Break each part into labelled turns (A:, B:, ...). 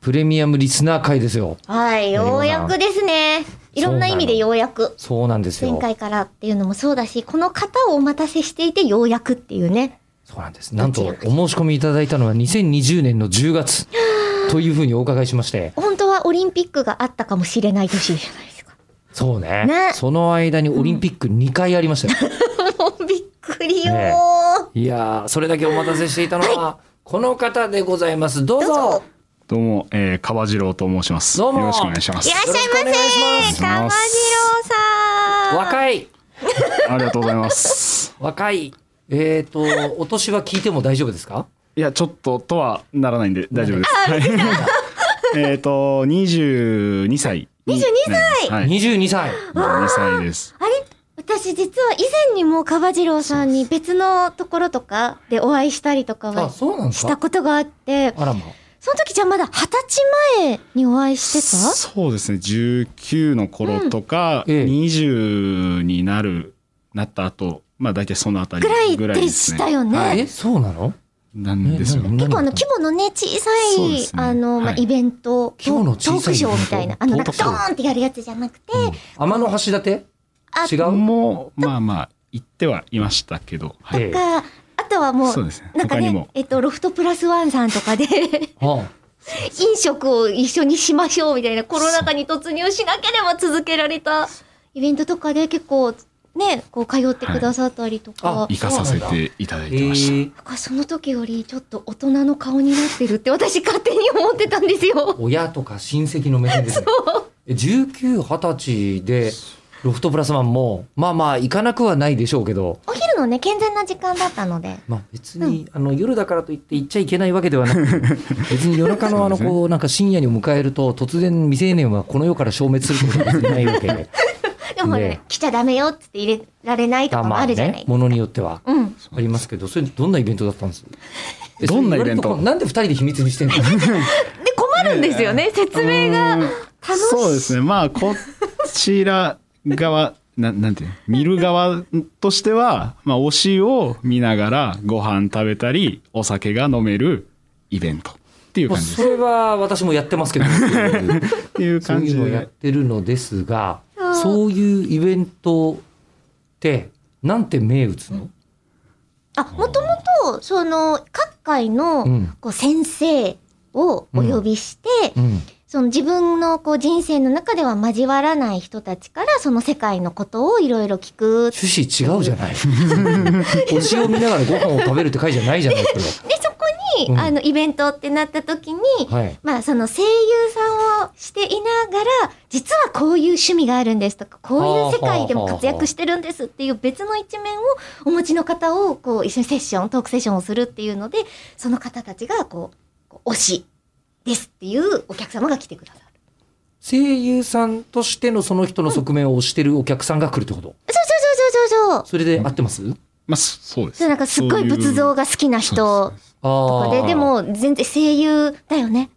A: プレミアムリスナー会ですよ。
B: はい、
A: やり
B: よ
A: ましょ
B: う
A: う
B: やくですね。いろんな意味でようやく。
A: そうなんですよ
B: 前。回からっていうのもそうだし、この方をお待たせしていてようやくっていうね。
A: そうなんです。なんと、
B: 間
A: お
B: 違い
A: 申し込みいただいたのは2020年の10月というふうにお伺いしまして。
B: 本当はオリンピックがあったかもしれない年じゃないですか。
A: そうね。
B: ね
A: その間にオリンピック2回ありましたよ。
B: もうびっくりよー。
A: ねいやー、それだけお待たせしていたのは、この方でございます。どうぞ。
B: どうぞ
C: どうも、えー、川次郎と申します。
A: どうも
C: よろしくお願いしま
B: い
C: す
B: ら。っしゃいま
A: よろしくお願いしま
B: せ。
C: す
B: 川次郎さん。
A: 若い、
C: ありがとうございます。
A: 若い。えっ、ー、と、お年は聞いても大丈夫ですか
C: いや、ちょっととはならないんで大丈夫です。はい、 えっと、22歳に。22歳はい。
A: ?22 歳。
C: 22歳です。
B: あれ私実は以前にもカバジローさんに別のところとかでお会いしたりとか
A: あ、
B: は
A: そうなんです
B: した
A: か
B: ことがあって、
A: あらま。
B: その時じゃあまだ二十歳前にお会いして
C: そうですね、19の頃とか、
A: うんええ
C: 20になる、なった後、まあ大体そのあたり
B: ぐらい
C: ぐらいで
B: ですし
C: ね。
B: たよね。
A: え、そうなの
C: なんですよ。
A: ね
B: 結構あの規模のね小さ
C: そう
B: い、
C: ですね
B: あのまあ、
C: はい
B: イベント
A: 規模の
B: ト
A: 小
B: ー
A: さいイ
B: クシ
A: ベン
B: ョ
A: ト
B: ーみたいなあのなんか
C: トークシ
B: ド
C: ョー
B: ーンってやるやつじゃなくて、
A: 天の橋立て
B: あ
A: 違う
C: もう、まあまあ、行ってはいましたけど、はい。
A: ええ
B: があとはもう
C: そうですね
B: なんか
C: 他に
B: ね
C: も
B: えっとロフトプラスワンさんとかで
A: はあ
B: 飲食を一緒にしましょうみたいなコロナ禍に突入しなければ続けられたイベントとかで結構ねこう通ってくださったりとか、
A: はいあ
C: 行かさせていただいてました。
A: えー
B: なんかその時よりちょっと大人の顔になってるって私勝手に思ってたんですよ。
A: 親とか親戚の目線ですね。え19、20歳で、ロフトプラスマンも、まあまあ、行かなくはないでしょうけど、
B: お昼のね健全な時間だったので
A: まあ別に、あの、夜だからといって行っちゃいけないわけではなく、別に夜中のあの、
C: そうですね
A: こう、なんか深夜に迎えると、突然未成年はこの世から消滅することができないわけで、
B: でもね
A: ね
B: 来ちゃダメよっつって入れられないとかもあるじゃない、
A: ものによっては。
B: うん
A: ありますけど、それどんなイベントだったんですえ
C: どんなイベント
A: それ言われるとなんで二人で秘密にしてんの
B: で困るんですよね、説明が
C: うーん
B: 楽しい
C: そうですねまあこちら側 ななんていうの見る側としては、まあ、推しを見ながらご飯食べたりお酒が飲めるイベントっていう
A: まあ
C: 感じで
A: そ
C: す
A: れは私もやってますけど。
C: っていう
A: そう
C: 感
A: い
C: じ
A: うのをやっ
C: で
A: てるのですが
B: そう
A: そういうイベントってなんて銘打つの、
B: あもともとその各界の
A: うん
B: こう先生をお呼びして、
A: うん
B: その自分のこう人生の中では交わらない人たちからその世界のことをいろいろ聞く
A: 趣旨違うじゃない 推しを見ながらご飯を食べるって会じゃないじゃないこ
B: でそこに、
A: うん
B: あのイベントってなった時に、
A: れはい
B: まあその声優さんをしていながら実はこういう趣味があるんですとかこういう世界でも活躍してるんですっていう別の一面をお持ちの方をこう一緒にセッショントークセッションをするっていうのでその方たちがこうこう推しですっていうお客様が来てくださる。
A: 声優さんとしてのその人の側面を推してるお客さんが来るってこと
B: そうそうそうそうそうそう。
A: それで合ってます、
C: まあそそうで
B: そう
C: す
B: なんかすっごい仏像が好きな人と
A: あ
B: か
A: あ
B: ででも全然声優だよね。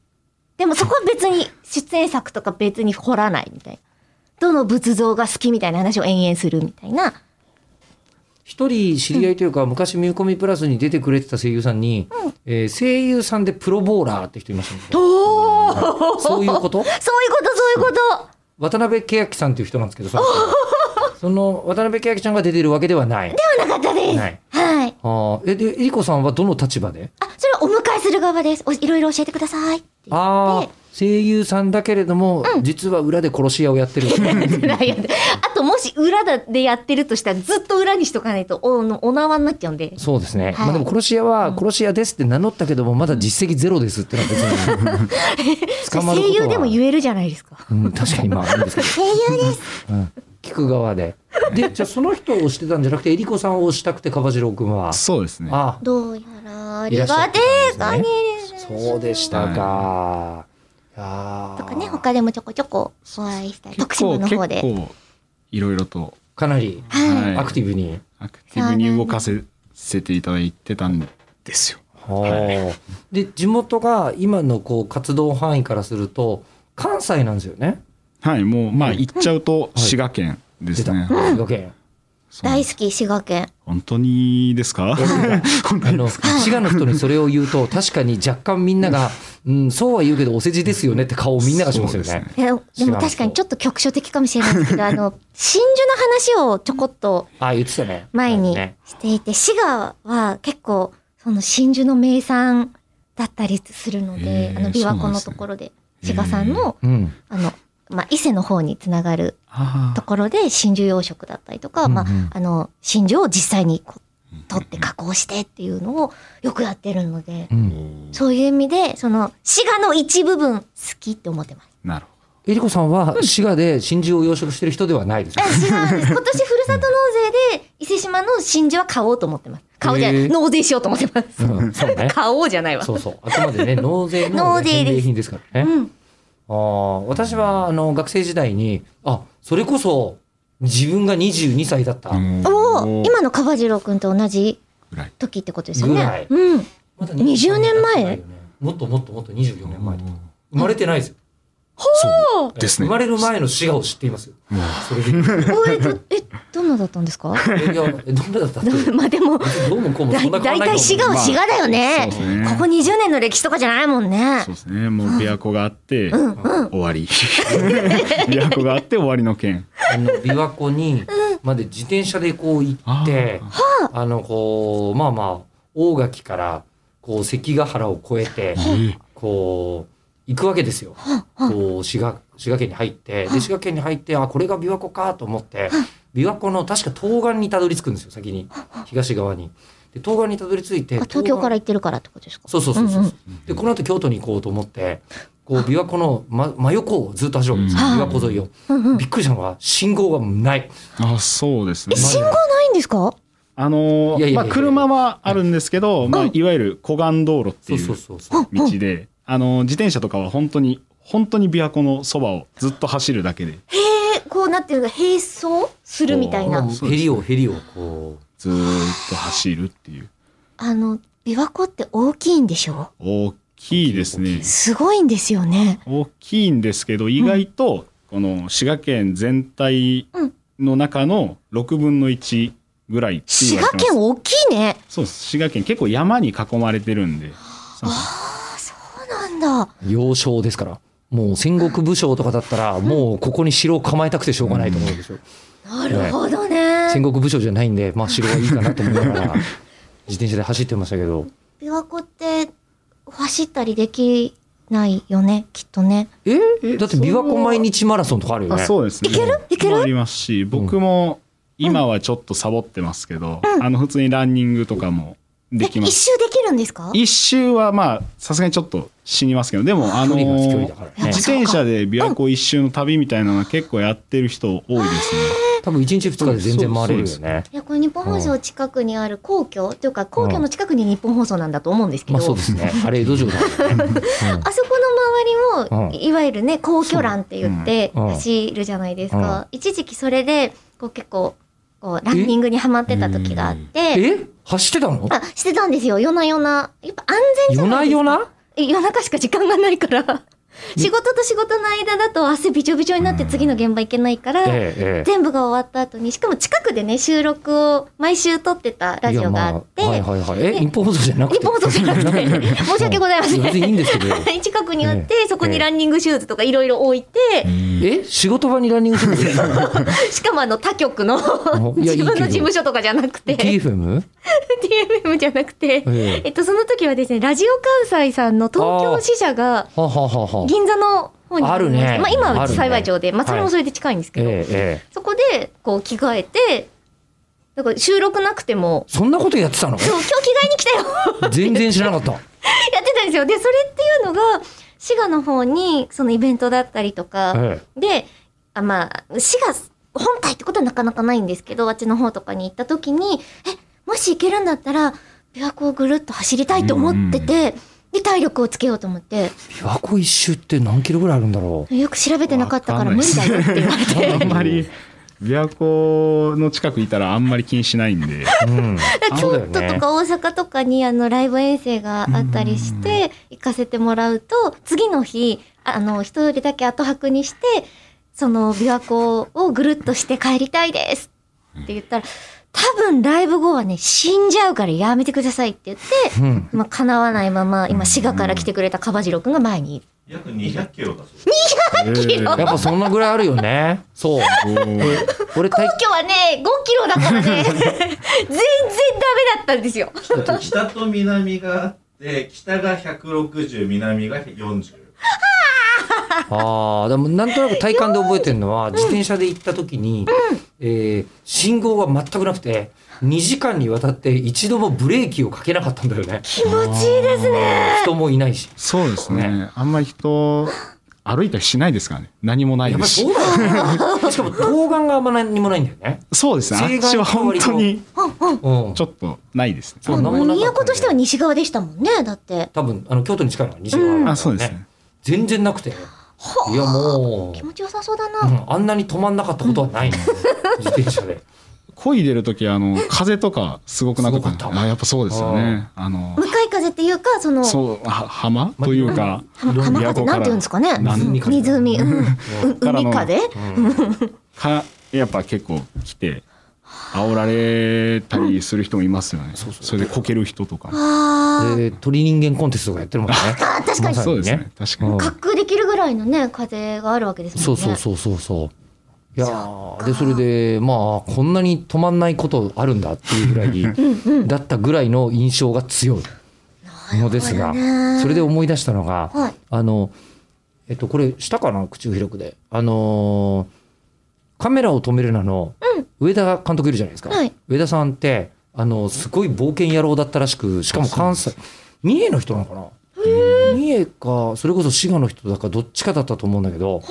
B: でもそこは別に出演作とか別に掘らないみたいな。どの仏像が好きみたいな話を延々するみたいな。
A: 一人知り合いというか、昔ミューコミプラスに出てくれてた声優さんに、えー声優さんでプロボーラーって人いま したね
B: おお、
A: そういうこと
B: そういうことそういうこと。
A: 渡辺圭明さんという人なんですけど、その 人その渡辺圭明ちゃんが出てるわけではない。
B: なかったです。
A: な
B: はいい。
A: ああ、え、で、えりこさんはどの立場で
B: あ、それはお迎えする側です。おいろいろ教えてくださいって言
A: あ
B: っ
A: あ、声優さんだけれども、実は裏で殺し屋をや ってる。
B: て。辛いよねあともし裏でやってるとしたらずっと裏にしとかないとおのお縄になっちゃうんで。
A: そうですね。
B: はい
A: まあでも殺し屋は殺し屋ですって名乗ったけども、まだ実績ゼロですってのは別に。 捕まることは
B: 声優でも言えるじゃないですか。
A: うん、確かにまあいいんですけど。
B: 声優です。
A: うん、聞く側で。で、じゃあその人を推してたんじゃなくて、えりこさんを推したくて、かばじろうくんは。
C: そうですね
A: ああ、
B: どうやらあ
A: い
B: り
A: らっしゃ
B: が
A: って
B: てえ
A: たんで
B: 限りです。
A: そうでしたか。いやー
B: とかね、他でもちょこちょこお会いしたり、徳島の
C: 結
B: 方
C: 構
B: で
C: 結。構いろいろと、
A: かなり
B: はい。
A: アクティブに。
C: アクティブに動かせせていただいてたんですよ
A: はあで地元が今のこう活動範囲からすると関西なんですよね。
C: はいもうまあ行っちゃうと
A: い
C: 滋賀県です
A: 出た
C: ね、
A: 滋賀県。
C: そう
B: 大好き滋賀県
C: 本当にですか本当
A: あ
C: に
A: の滋賀の人にそれを言うと確かに若干みんな が、うん、そうは言うけどお世辞ですよねって顔をみんながしますよ
C: そう
A: ね
C: です。
B: えでも確かにちょっと局所的かもしれないですけどあの真珠の話をちょこっと
A: あ言ってたね。
B: 前に
A: ね
B: していて、滋賀は結構その真珠の名産だったりするので
C: へ、ー
B: あの琵琶湖
C: そうなんで
B: の
C: す
B: と
C: ね
B: ころで滋賀さんの、
A: うん、
B: あの、まあ、伊勢の方につながる
C: あ
B: ところで真珠養殖だったりとか、まあ
A: うんうん、
B: あの真珠を実際にこう取って加工してっていうのをよくやってるので、
A: うん
C: ー
B: そういう意味でその滋賀の一部分好きって思ってます。
C: なるほ
A: えりこさんは滋賀で真珠を養殖してる人ではないですか
B: あ違うん です。今年ふるさと納税で伊勢島の真珠は買おうと思ってます。買おうじゃない、
A: へー
B: 納税しようと思ってます。
A: うん そうね。
B: 買おうじゃないわ。
A: そうそう。あくまでね、納税の
B: 納税
A: 返
B: です
A: 礼品ですからね。
B: うん。
A: ああ、私は、あの、学生時代に、あ、それこそ、自分が22歳だった。
C: ど
A: ま
B: おお、
C: ー
B: 今の川次郎くんと同じ
C: ぐらい
B: 時ってことですよ
A: ぐらい
B: ね。うん。
A: だ
B: 20年前
A: もっともっともっと24年前とか。生まれてないですよ。
C: そうですね
A: 生まれる前の滋賀を知っていますよ。それで言う
B: おえどえどんなだったんですか？
A: と。いや、えどんなだったっけ別
B: まあでも
A: にどうもこうも
B: だ
A: そんな変わらないと思う
B: いたい滋賀は滋賀だよね。
C: そうですね
B: ここ20年の歴史とかじゃないもんね
C: そ。うですねもう琵琶湖があって終わり 琵琶湖があって終わりの件
A: あの琵琶湖にまで自転車でこう行って、あのこうまあまあ大垣からこう関ヶ原を越えて、こう行くわけですよ。こう滋賀滋賀県に入ってで滋賀県に入ってあこれが琵琶湖かと思って琵琶湖の確か東岸にたどり着くんですよ先に東側に。で東岸にたどり着いて
B: あ東京から
A: 東
B: 行ってるからってことですか？
A: 岸そうそうそうそう。
B: うんうん
A: でこの後京都に行こうと思ってこう琵琶湖の真真横をずっと走るわけですよ
B: うん
A: 琵琶湖沿いを。
B: うんうん
A: びっくりしたのは信号がない。
C: あそうですね
B: え信号ないんですか？
C: あの
A: いや
C: ー
A: いやいや
C: まあ車はあるんですけど、まあいわゆる湖岸道路って
A: そう
C: い
A: そう
C: う
A: そうそう。
C: 道で、あのー自転車とかは本当に本当に琵琶湖のそばをずっと走るだけで
B: えこうなってるのが並走するみたい
C: あ
A: も
B: な
A: う
C: そう
A: ヘ
C: です
A: リをヘリをこ
C: ずーっと走るっていう
B: あの琵琶湖って大きいんでしょ？
C: 大きいですね
B: すごいんですよね。
C: 大きいんですけど意外とこの滋賀県全体の中の6分の1ぐらいって言
B: 滋
C: わ
B: 賀
C: れてます
B: 県大きいね。
C: そうです滋賀県結構山に囲まれてるんでそうそう
B: そうなんだ。
A: う幼少ですから。もう戦国武将とかだったら、もうここに城を構えたくてしょうがないと思うでしょ。
B: なるほどね。
A: 戦国武将じゃないんで、まあ城はいいかなと思いなが ら、自転車で走ってましたけど。
B: 琵琶湖って走ったりできないよね、きっとね。
A: えだって琵琶湖毎日マラソンとかあるよ
C: あ
A: ね。
C: そうですね。
B: いけるいける
C: もありますし、僕も今はちょっとサボってますけど、あの普通にランニングとかもでき
B: え
C: ま
B: 一
C: す。
B: 周できるんですか？
C: 一周はまあさすがにちょっと死にますけど、でもあの
A: 距離が距離だからね
C: 自転車で琵琶湖一周の旅みたいなのは結構やってる人多いですね。
A: 多分1日2日で全然回れるよ
C: そうで
A: ね。
B: いやこれ日本放送近くにある皇居というか皇居の近くに日本放送なんだと思うんですけど、
A: まあそうです ね。あれ江戸城だからね。うん
B: あそこの周りも、
A: うん
B: いわゆるね皇居欄って言って
A: そううん
B: 走るじゃないですか、一時期それでこう結構こうランニングにはまってた時があって
A: え走ってたの
B: あしてたんですよ夜な夜なやっぱ安全じゃ
A: 夜
B: な
A: ない
B: ですか
A: 夜な
B: 夜中しか時間がないから仕事と仕事の間だと汗びちょびちょになって次の現場行けないから、
A: えええ
B: 全部が終わった後にしかも近くでね収録を毎週撮ってた
A: え。
B: ラジオがあって、
A: いや まはいはいはい。え
B: で
A: 日本放送じゃなくて
B: 日本放送じゃなくて 申し訳ございません
A: や別にいいんですけど。
B: 近くにあって、そこにランニングシューズとかいろいろ置いて、
A: え仕事場にランニングする の
B: しかもあの他局の
A: い や
B: 自分
A: い
B: の
A: いけど
B: 事務所とかじゃなくて
A: ?TFM?
B: TFM じゃなくて、
A: え
B: えっと、その時はですねラジオ関西さんの東京支社が
A: はははは。
B: 銀座の方に
A: あるね
B: まあ、今
A: あ
B: は
A: るね
B: 幸町で、まあ、それもそれで近いんですけど、
A: ええええ。
B: そこでこう着替えてだから収録なくても
A: そんなことやってたの
B: 「そう今日着替えに来たよ!」
A: 全然知らなかっ
B: やってたんですよ。で、それっていうのが、滋賀の方に、そのイベントだったりと
A: た。
B: か、
A: え
B: で、あまあ、滋賀本体ってことはなかなかないんですけど、あっちの方とかに行った時に、え、もし行けるんだったら、琵琶湖をぐるっと走りたいと思ってて、で、体力をつけようと思って、
A: え。琵琶湖一周って何キロぐらいあるんだろ
B: よく調べてなかったから無理だよって言われて、
C: あんまり琵琶湖の近くいたらあんまり気にしないんで。
A: う。うん。
B: 京都とか大阪とかにあのライブ遠征があったりして行かせてもらうと次の日あの一人だけ後泊にしてその琵琶湖をぐるっとして帰りたいですっって言ったら、多分ライブ後はね、死んじゃうからやめてくださいって言って、
A: うん
B: まあ、叶わないまま、今、滋賀から来てくれたカバジロ君が前にいる。
D: 約200キロだそうです。
A: やっぱそんなぐらいあるよね。そう。俺体
B: 皇居はね、5キロだから ね、全然ダメだったんですよ。
D: 北と南があって、北が160、南が40。
A: ああ、でもなんとなく体感で覚えてるのは、自転車で行った時に、えー信号が全くなくて、2時間にわたって一度もブレーキをかけなかったんだよね。
B: 気持ちいいですね。
A: 人もいないし。
C: そうですね。あんまり人、歩いたりしないですからね。何もない
A: やっ
C: で
A: ぱり
C: すし
A: そう。だよね。しかも、東岸があんま何にもないんだよね。
C: そうですね。あっちは本当に、
A: うん
C: ち。ょっとないですね。
A: そう
B: あの
A: 何もなかったんだよ
B: 都としては西側でしたもんね、だって。
A: 多分、あの、京都に近いのは西側なんだよ
C: あ、そうですね。
A: 全然なくて。いや、も
B: 気
A: う、
B: 持ちよさそうだ
A: う
B: な。
A: んあんなに止まんなかったことは ないのよ自転車で。
C: 漕いでる時あの風とかすごくなかった
A: すごかった
C: あやっぱそうですよねあの
B: 向かい風っていうか、その、
C: そうは浜というか
B: 浜浜風なんて言うんですかね。
C: なん
B: うん湖、うん、うん
C: からの
B: 海風
C: かやっぱ結構来て煽られたりする人もいますよねそれでこける人とか
B: あ
A: で鳥人間コンテストとかやってるもんね。
B: あ、確か
A: ま
B: に
A: さ
C: そう
A: に
C: ですね確かに
A: うん
B: 滑空できるぐらいのね、風があるわけですもんね。
A: そうそうそうそうそう。いやーでそれでまあこんなに止まんないことあるんだっていうぐら いだったぐらいの印象が強いのですが
B: なるほどね
A: それで思い出したのが、
B: はい
A: あのえっとこれしたかな口を広くであのーカメラを止めるなの、上田監督いるじゃないですか、
B: はい
A: 上田さんってあのすごい冒険野郎だったらしくしかも関西三重の人なのかな三重かそれこそ滋賀の人だかどっちかだったと思うんだけど、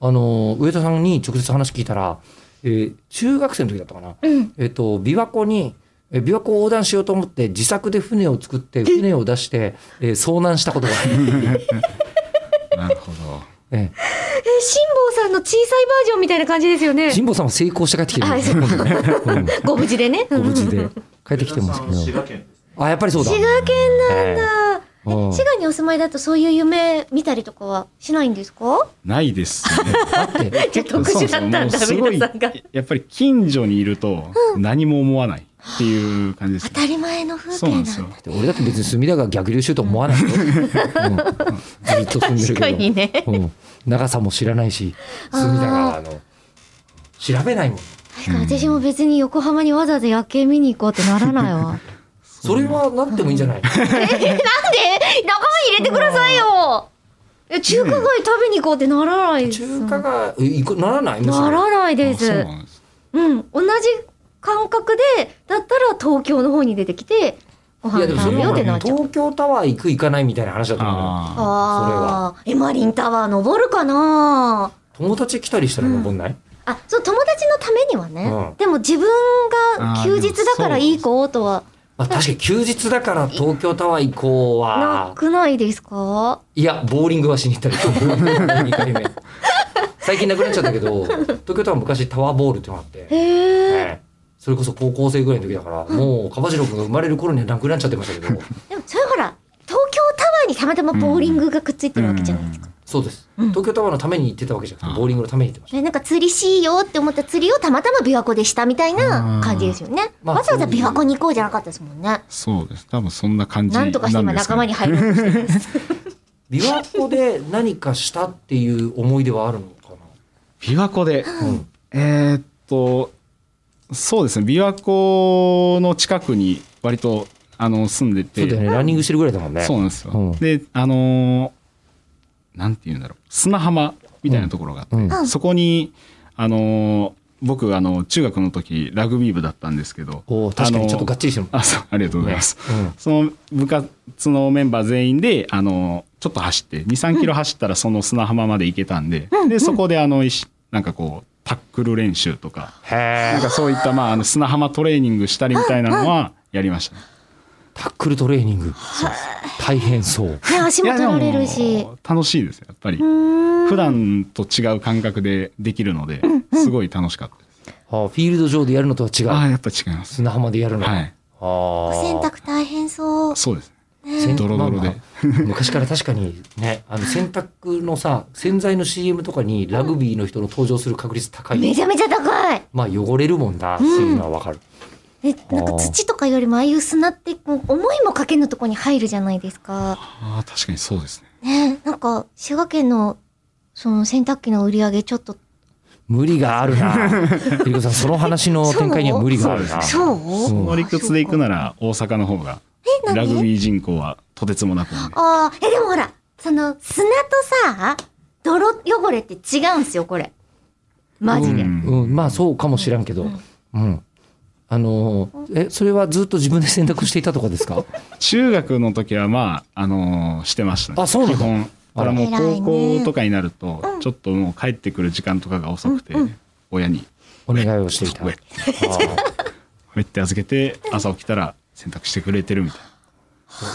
A: あの上田さんに直接話聞いたら、えー中学生の時だったかな、
B: うん
A: えっと琵琶湖にえー琵琶湖を横断しようと思って自作で船を作って船を出して、えー遭難したことがある、
C: なるほど
A: え
B: え、辛坊さんの小さいバージョンみたいな感じですよ
A: え
B: ね。
A: 辛坊さんは成功して帰ってきて
B: はい
A: るんですよ今度ね
B: ご無事でね。
A: うん ご無事
B: うん
A: で帰ってきてま
D: 上田
A: す
D: さ
A: けど
D: んは滋賀県ですね。
A: あやっぱりそうだ
B: 滋賀県なん
A: え
B: だ。え
A: うん
B: 滋賀にお住まいだとそういう夢見たりとかはしないんですか
C: ないですね
A: えだって
B: じゃあ 特殊だったんだ、
C: そうそうもう
B: 皆さ
C: す
B: ん
C: ご
B: が
C: い。やっぱり近所にいると何も思わないっていう感じで
B: 当
C: す
B: た
C: ね
B: り前の風景
C: そう
B: な
C: な
B: ん
C: んで
B: だ。
C: すよ
A: で俺だって別に隅田川逆流しようと思わ ないよ、うん、ずっと住んでるけど
B: 確かにね
A: うん、長さも知らないし隅田川の調べないもん
B: 確かに私も別に横浜にわざわざ夜景見に行こうってならないわ。
A: それはなってもいいんじゃない
B: え、なんで仲間入れてくださいよえ、中華街食べに行こうってならないです。
A: 中華がえいくならないむし
B: な
A: ろ
B: らないで
C: あそう
B: す。
C: なんです
B: うん、同じ感覚で、だったら東京の方に出てきて、ご
A: いや
B: 飯
A: でもそれ
B: 食べよう
A: は
B: ってなっちゃう。
A: 東京タワー行く行かないみたいな話だと思うよ
C: ああ
B: ああ、エマリンタワー登るかな
A: 友達来たりしたら登んない、
B: あ、そう、友達のためにはね。
A: うん
B: でも自分が休日だからいい子とは
A: まあ、確かに休日だから東京タワー行こう
B: な
A: は
B: くないですか
A: いやボーリングはしに行ったり 二回目最近なくなっちゃったけど東京タワー昔タワーボールってのがあって
B: へえ。
A: ねそれこそ高校生ぐらいの時だから、もうかばじろ君が生まれる頃にはなくなっちゃってましたけど
B: でもそれほら、東京タワーにたまたまボーリングがくっついてるわけじゃないですか。
A: そうです、東京タワーのために行ってたわけじゃなくてボーリングのために行ってました、
B: ね、なんか釣りしいよって思った釣りをたまたま琵琶湖でしたみたいな感じですよね。
A: まあ
B: わざわざ琵琶湖に行こうじゃなかったですもんね。
C: そうです多分そんな感じ
B: なんとかして今
C: ですか
B: 仲間
C: ね
B: に入ろうと してます。
A: 琵琶湖で何かしたっていう思い出はあるのか
C: 琵琶湖で、
A: な、うん
C: えーっとそうですね琵琶湖の近くに割とあの住んでて
A: そうだよねランニングしてるぐらいだもんね
C: そうなんですよ、
A: うん
C: であのーなんて言うんだろう砂浜みたいなところがあって、
A: うん
B: うん
C: そこにあのー僕あの中学の時ラグビー部だったんですけど
A: おー確かにちょっとがっちりしてるも
C: あのーあそうありがとうございます、
A: ん、うん
C: その部活のメンバー全員であのちょっと走って23キロ走ったらその砂浜まで行けたんで、でそこであのいしなんかこうタックル練習とか
A: へ
C: なん
A: え
C: かそういった、まあ、あの砂浜トレーニングしたりみたいなのはやりましたね。
A: タックルトレーニング大変そう
B: ね、足
C: い
B: も
C: や
B: 取
C: でも
B: られるし。
C: 楽しいですよやっぱり
B: うーん
C: 普段と違う感覚でできるのですごい楽しかったです。
A: あフィールド上でやるのとは違
C: ああ
A: う
C: やっぱ違います。
A: 砂浜でやるの
C: は
A: はいあー
B: 洗濯大変そう。
C: そうですね。
A: せん
C: ドロドロで
A: まあ まあ昔から確かにね、あの洗濯のさ、洗剤の CM とかにラグビーの人の登場する確率高い
B: め
A: よ。
B: ちゃめちゃ高い
A: まあ汚れるもんだっていうのはわかる。
B: えなんか土とかよりもああいう砂ってこう思いもかけぬとこに入るじゃないですか。
C: あー確かにそうですね
B: ねなんか滋賀県のその洗濯機の売り上げちょっと
A: 無理があるな。ゆりこさん、その話の展開には無理があるな。
B: そう
A: う
C: こ
A: ん
C: の理屈で行くなら大阪の方が
B: 何
C: ラグビー人口はとてつもなく多いね
B: ああえでもほらその砂とさ泥汚れって違うんすよこれマジで。
A: う
B: うん
A: ん、うんまあそうかもしらんけど。うん。あのーえ、それはずっと自分で選択していたとかですか
C: 中学の時はまああのーしてましたね
A: あそうなんだ
C: 基本
A: あ
C: た
A: ら
C: だもう
B: 偉いね
C: 高校とかになるとちょっともう帰ってくる時間とかが遅くて親に
A: お願いをしていた。
C: ウェッ
A: あー
C: 「めって預けて朝起きたら洗濯してくれてる」みたいな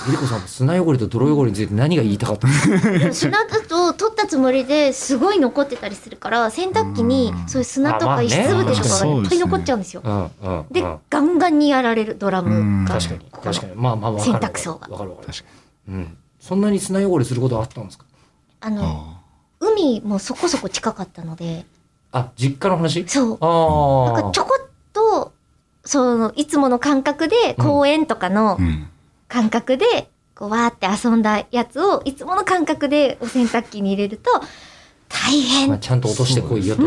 A: ゆりこさんも砂汚れと泥汚れについて何が言いたかったんですか
B: でも砂だと取ったつもりですごい残ってたりするから洗濯機にそういう砂
A: あ
B: と
A: まあ
B: か
A: ね
B: 石粒でとかがいっぱい
C: そうですね
B: 残っちゃうんですよ。
A: うんうんうん
B: でガンガンにやられるドラムが。
A: 確かに確かにまあまあわかるわか
B: 洗濯槽が
A: るわかるわかる
C: 確か
A: うんそんなに砂汚れすることあったんですか
B: あ
C: に
B: の
C: あ
B: 海もそこそこ近かったので
A: あ実家の話
B: そう
A: あ
B: なんか
A: あ
B: ちょこっとそのいつもの感覚で公園とかの
C: ーうん
B: 感覚でこうわーって遊んだやつをいつもの感覚でお洗濯機に入れると大
A: まあ
B: 変
A: ちゃんと落としてこいよと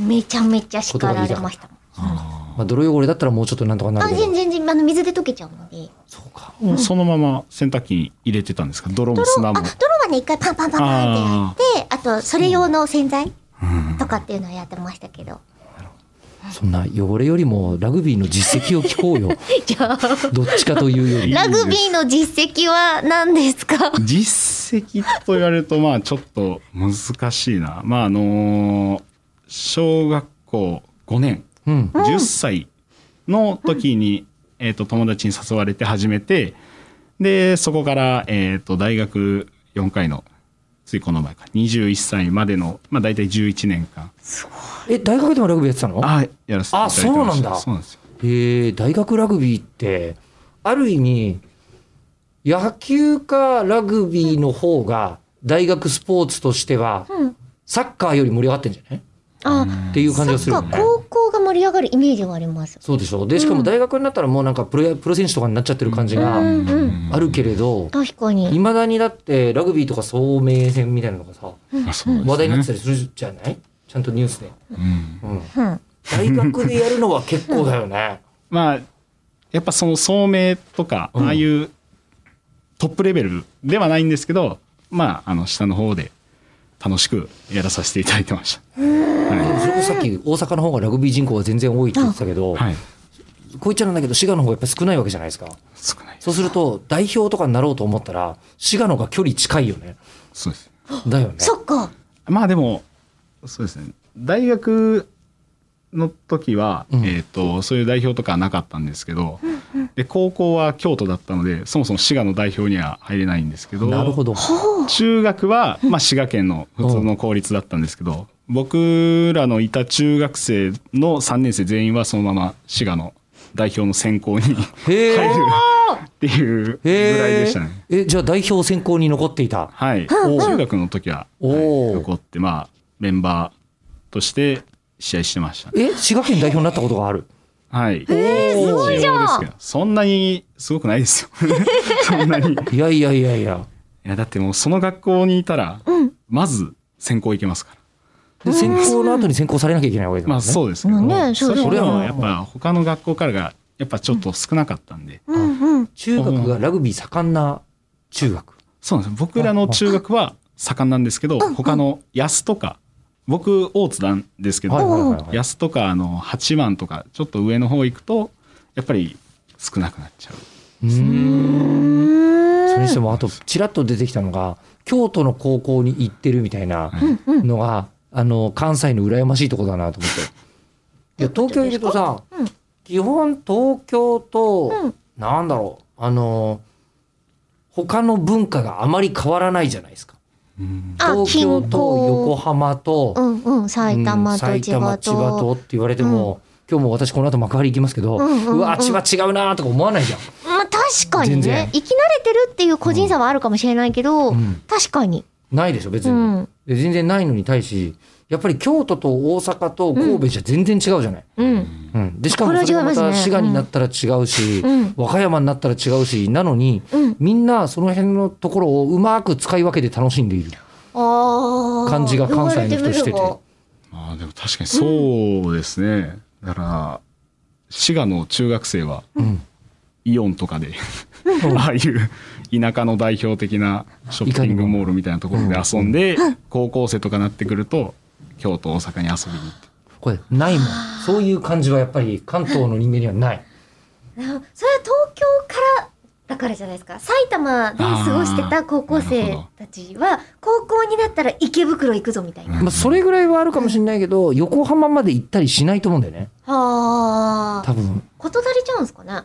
B: めちゃめちゃ叱られました
C: あ
A: まあ泥汚れだったらもうちょっとなんとかな
B: あ
A: るけど
B: 全然全然あの水で溶けちゃうので
A: そうか
C: ーそのまま洗濯機に入れてたんですか泥も砂
B: あ
C: も
B: 泥はね一回パンパンパンパンってやってあとそれ用の洗剤とかっていうのをやってましたけど
A: そんな汚れよりもラグビーの実績を聞こう よ
B: じゃあ
A: どっちかというより
B: ラグビーの実績は何ですか
C: 実績と言われるとまあちょっと難しいなまああのー小学校5年
A: うん
C: 10歳の時に、えー、と友達に誘われて始めてでそこから、えー、と大学4回のついこの前か21歳までの、まあ、大体11年間
A: え大学でもラグビーやってたの
C: あやらせていただ
A: あ
C: いてました
A: そうなんだ
C: そうなんですよ
A: えー大学ラグビーってある意味野球かラグビーの方が大学スポーツとしては
B: うん
A: サッカーより盛り上がってんじゃない
B: あ
A: っていう感じがする
B: そ
A: よ
B: っ
A: ね
B: か。高校が盛り上がるイメージはあります
A: そうでしょでしかも大学になったらもうなんかプロやプロ選手とかになっちゃってる感じが
B: うんうん
A: あるけれど
B: 確か
A: い
B: に
A: まだにだってラグビーとか総名戦みたいなのがさ
C: あそうですね
A: 話題になってたりするじゃないちゃんとニュースで、
C: うん
A: うん、
B: うん
A: 大学でやるのは結構だよね。
C: まあやっぱその聡明とか、
A: うん
C: ああいうトップレベルではないんですけどまああの下の方で楽しくやらさせていただいてました。
A: でも
C: は
A: それこそさっき大阪の方がラグビー人口が全然多いって言ってたけど、
C: い、はい、
A: こう言っちゃなんだけど滋賀の方がやっぱ少ないわけじゃないですか
C: 少ない
A: そうすると代表とかになろうと思ったら滋賀の方が距離近いよね
C: そうです
A: だよね
B: そっか
C: まあでもそうですね大学の時は、
A: うん
C: えー、とそういう代表とかはなかったんですけど、で高校は京都だったのでそもそも滋賀の代表には入れないんですけど
A: なるほど
C: 中学は、まあ、滋賀県の普通の公立だったんですけど、僕らのいた中学生の3年生全員はそのまま滋賀の代表の選考に入る
A: へえ
C: っていうぐ
A: へ
C: らいでした
A: ー
C: ね。
A: えじゃあ代表選考に残っていた
C: はい、
A: ん
C: 中学の時は、はい
A: おー
C: 残ってまあメンバーとして試合してましたね、
A: え滋賀県代表になったことがある
C: はい。
A: えーすご
C: いじゃんですけどそんなにすごくないですよ。そんなに。い
A: いやいやいやいや
C: やだってもうその学校にいたら、
B: うん
C: まず選考行けますから。
A: で選考の後に選考されなきゃいけないわけだも
C: ま
A: ん
C: あ
A: ね、
C: そうですけど、
B: まあねそう
C: そ
B: です
A: ね
C: れでもやっぱ他の学校からがやっぱちょっと少なかったんで、
B: うんうん
A: 中学がラグビー盛んな中学
C: そうなんですよ僕らの中学は盛んなんですけど、他の安とか僕大津なんですけど、
A: はいはいはいはい
C: 安とかあの八幡とかちょっと上の方行くとやっぱり少なくなっちゃう。
A: うーんそれにしてもあと
C: そう
A: ちらっと出てきたのが京都の高校に行ってるみたいなのが、あの関西の羨ましいとこだなと思って。いや東京いるとさ、
B: うん
A: 基本東京と、
B: うん
A: なんだろうあの他の文化があまり変わらないじゃないですか。
C: うん
B: あ
A: 東京
B: 近郊
A: と横浜と、
B: うんうん埼玉と
A: うん
B: 千葉
A: 埼玉千葉
B: と
A: とって言われても、今日も私この後幕張行きますけど、う
B: うんうんうん
A: わ千葉違うなとか思わないじゃん。
B: まあ確確かに
A: 全
B: ね
A: 然
B: 生き慣れてるっていう個人差はあるかもしれないけど、
A: うん
B: 確かに
A: ないでしょ別に、
B: うん
A: で全然ないのに対しやっぱり京都と大阪と神戸じゃ全然違うじゃない、
B: うん
A: うんでしかもそれがま
B: これは
A: た
B: 違いますね
A: 滋賀になったら違うし、
B: うん
A: 和歌山になったら違うしなのに
B: うん
A: みんなその辺のところをうまく使い分けて楽しんでいる
B: あー
A: 感じが関西の人してて
B: 言われみれば
C: あーでも確かにそうですね、だから滋賀の中学生は
A: ん
C: イオンとかでああいう田舎の代表的なショッピングモールみたいなところで遊んで高校生とかなってくると京都大阪に遊びに行って
A: これないもんそういう感じはやっぱり関東の人間にはない
B: あそれは東京からだからじゃないですか埼玉で過ごしてた高校生たちは高校になったら池袋行くぞみたいな、
A: まあ、それぐらいはあるかもしれないけど、横浜まで行ったりしないと思うんだよね。
B: はあ
A: 多分、
B: 事足りちゃうんすかね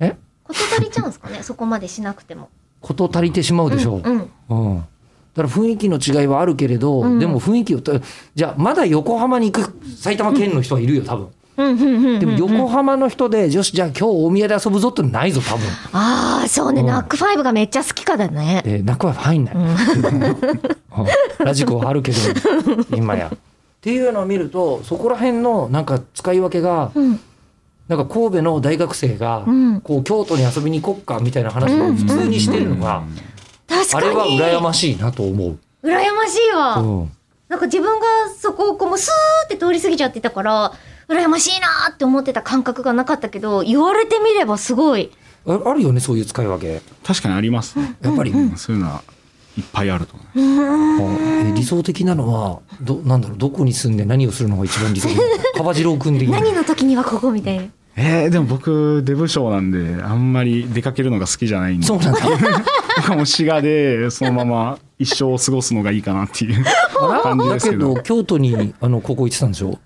A: え
B: 事足りちゃうんすかね そこまでしなくても
A: こと足りてしまうでしょう。
B: んん
A: うんだから雰囲気の違いはあるけれど、
B: うん
A: でも雰囲気をた、じゃあまだ横浜に行く埼玉県の人はいるよ、多分。
B: うんうんうんうんうん
A: でも横浜の人で、よし、じゃあ今日大宮で遊ぶぞってないぞ、多分。
B: ああそうね、
A: うん
B: ナックファイブがめっちゃ好きかだね
A: で、泣くは入ん ない。うんラジコはあるけど、今や。っていうのを見ると、そこら辺のなんか使い分けが、
B: うん
A: なんか神戸の大学生が、
B: うん
A: こう京都に遊びに行こっかみたいな話を普通にしてるのが、
B: 確
A: あ
B: かに
A: れは羨ましいなと思う。
B: 羨ましいわ、
A: うん
B: なんか自分がそこをこうもうスーって通り過ぎちゃってたから羨ましいなーって思ってた感覚がなかったけど言われてみればすごい
A: ああるよねそういう使い分け。
C: 確かにありますね
A: やっぱり、
C: そういうのはいっぱいあると思
B: うーん
A: あえ理想的なのはどなんだろうどこに住んで何をするのが一番理想的なの川次郎君的
B: 何
A: に。
B: の時にはここみたいな
C: えーでも僕デブ症なんであんまり出かけるのが好きじゃないんで
A: そうなんだ。
C: 僕はもう滋賀でそのまま一生を過ごすのがいいかなっていう感じ
A: だ
C: です
A: け
C: けど
A: ど京都にあの高校行ってたんでしょ。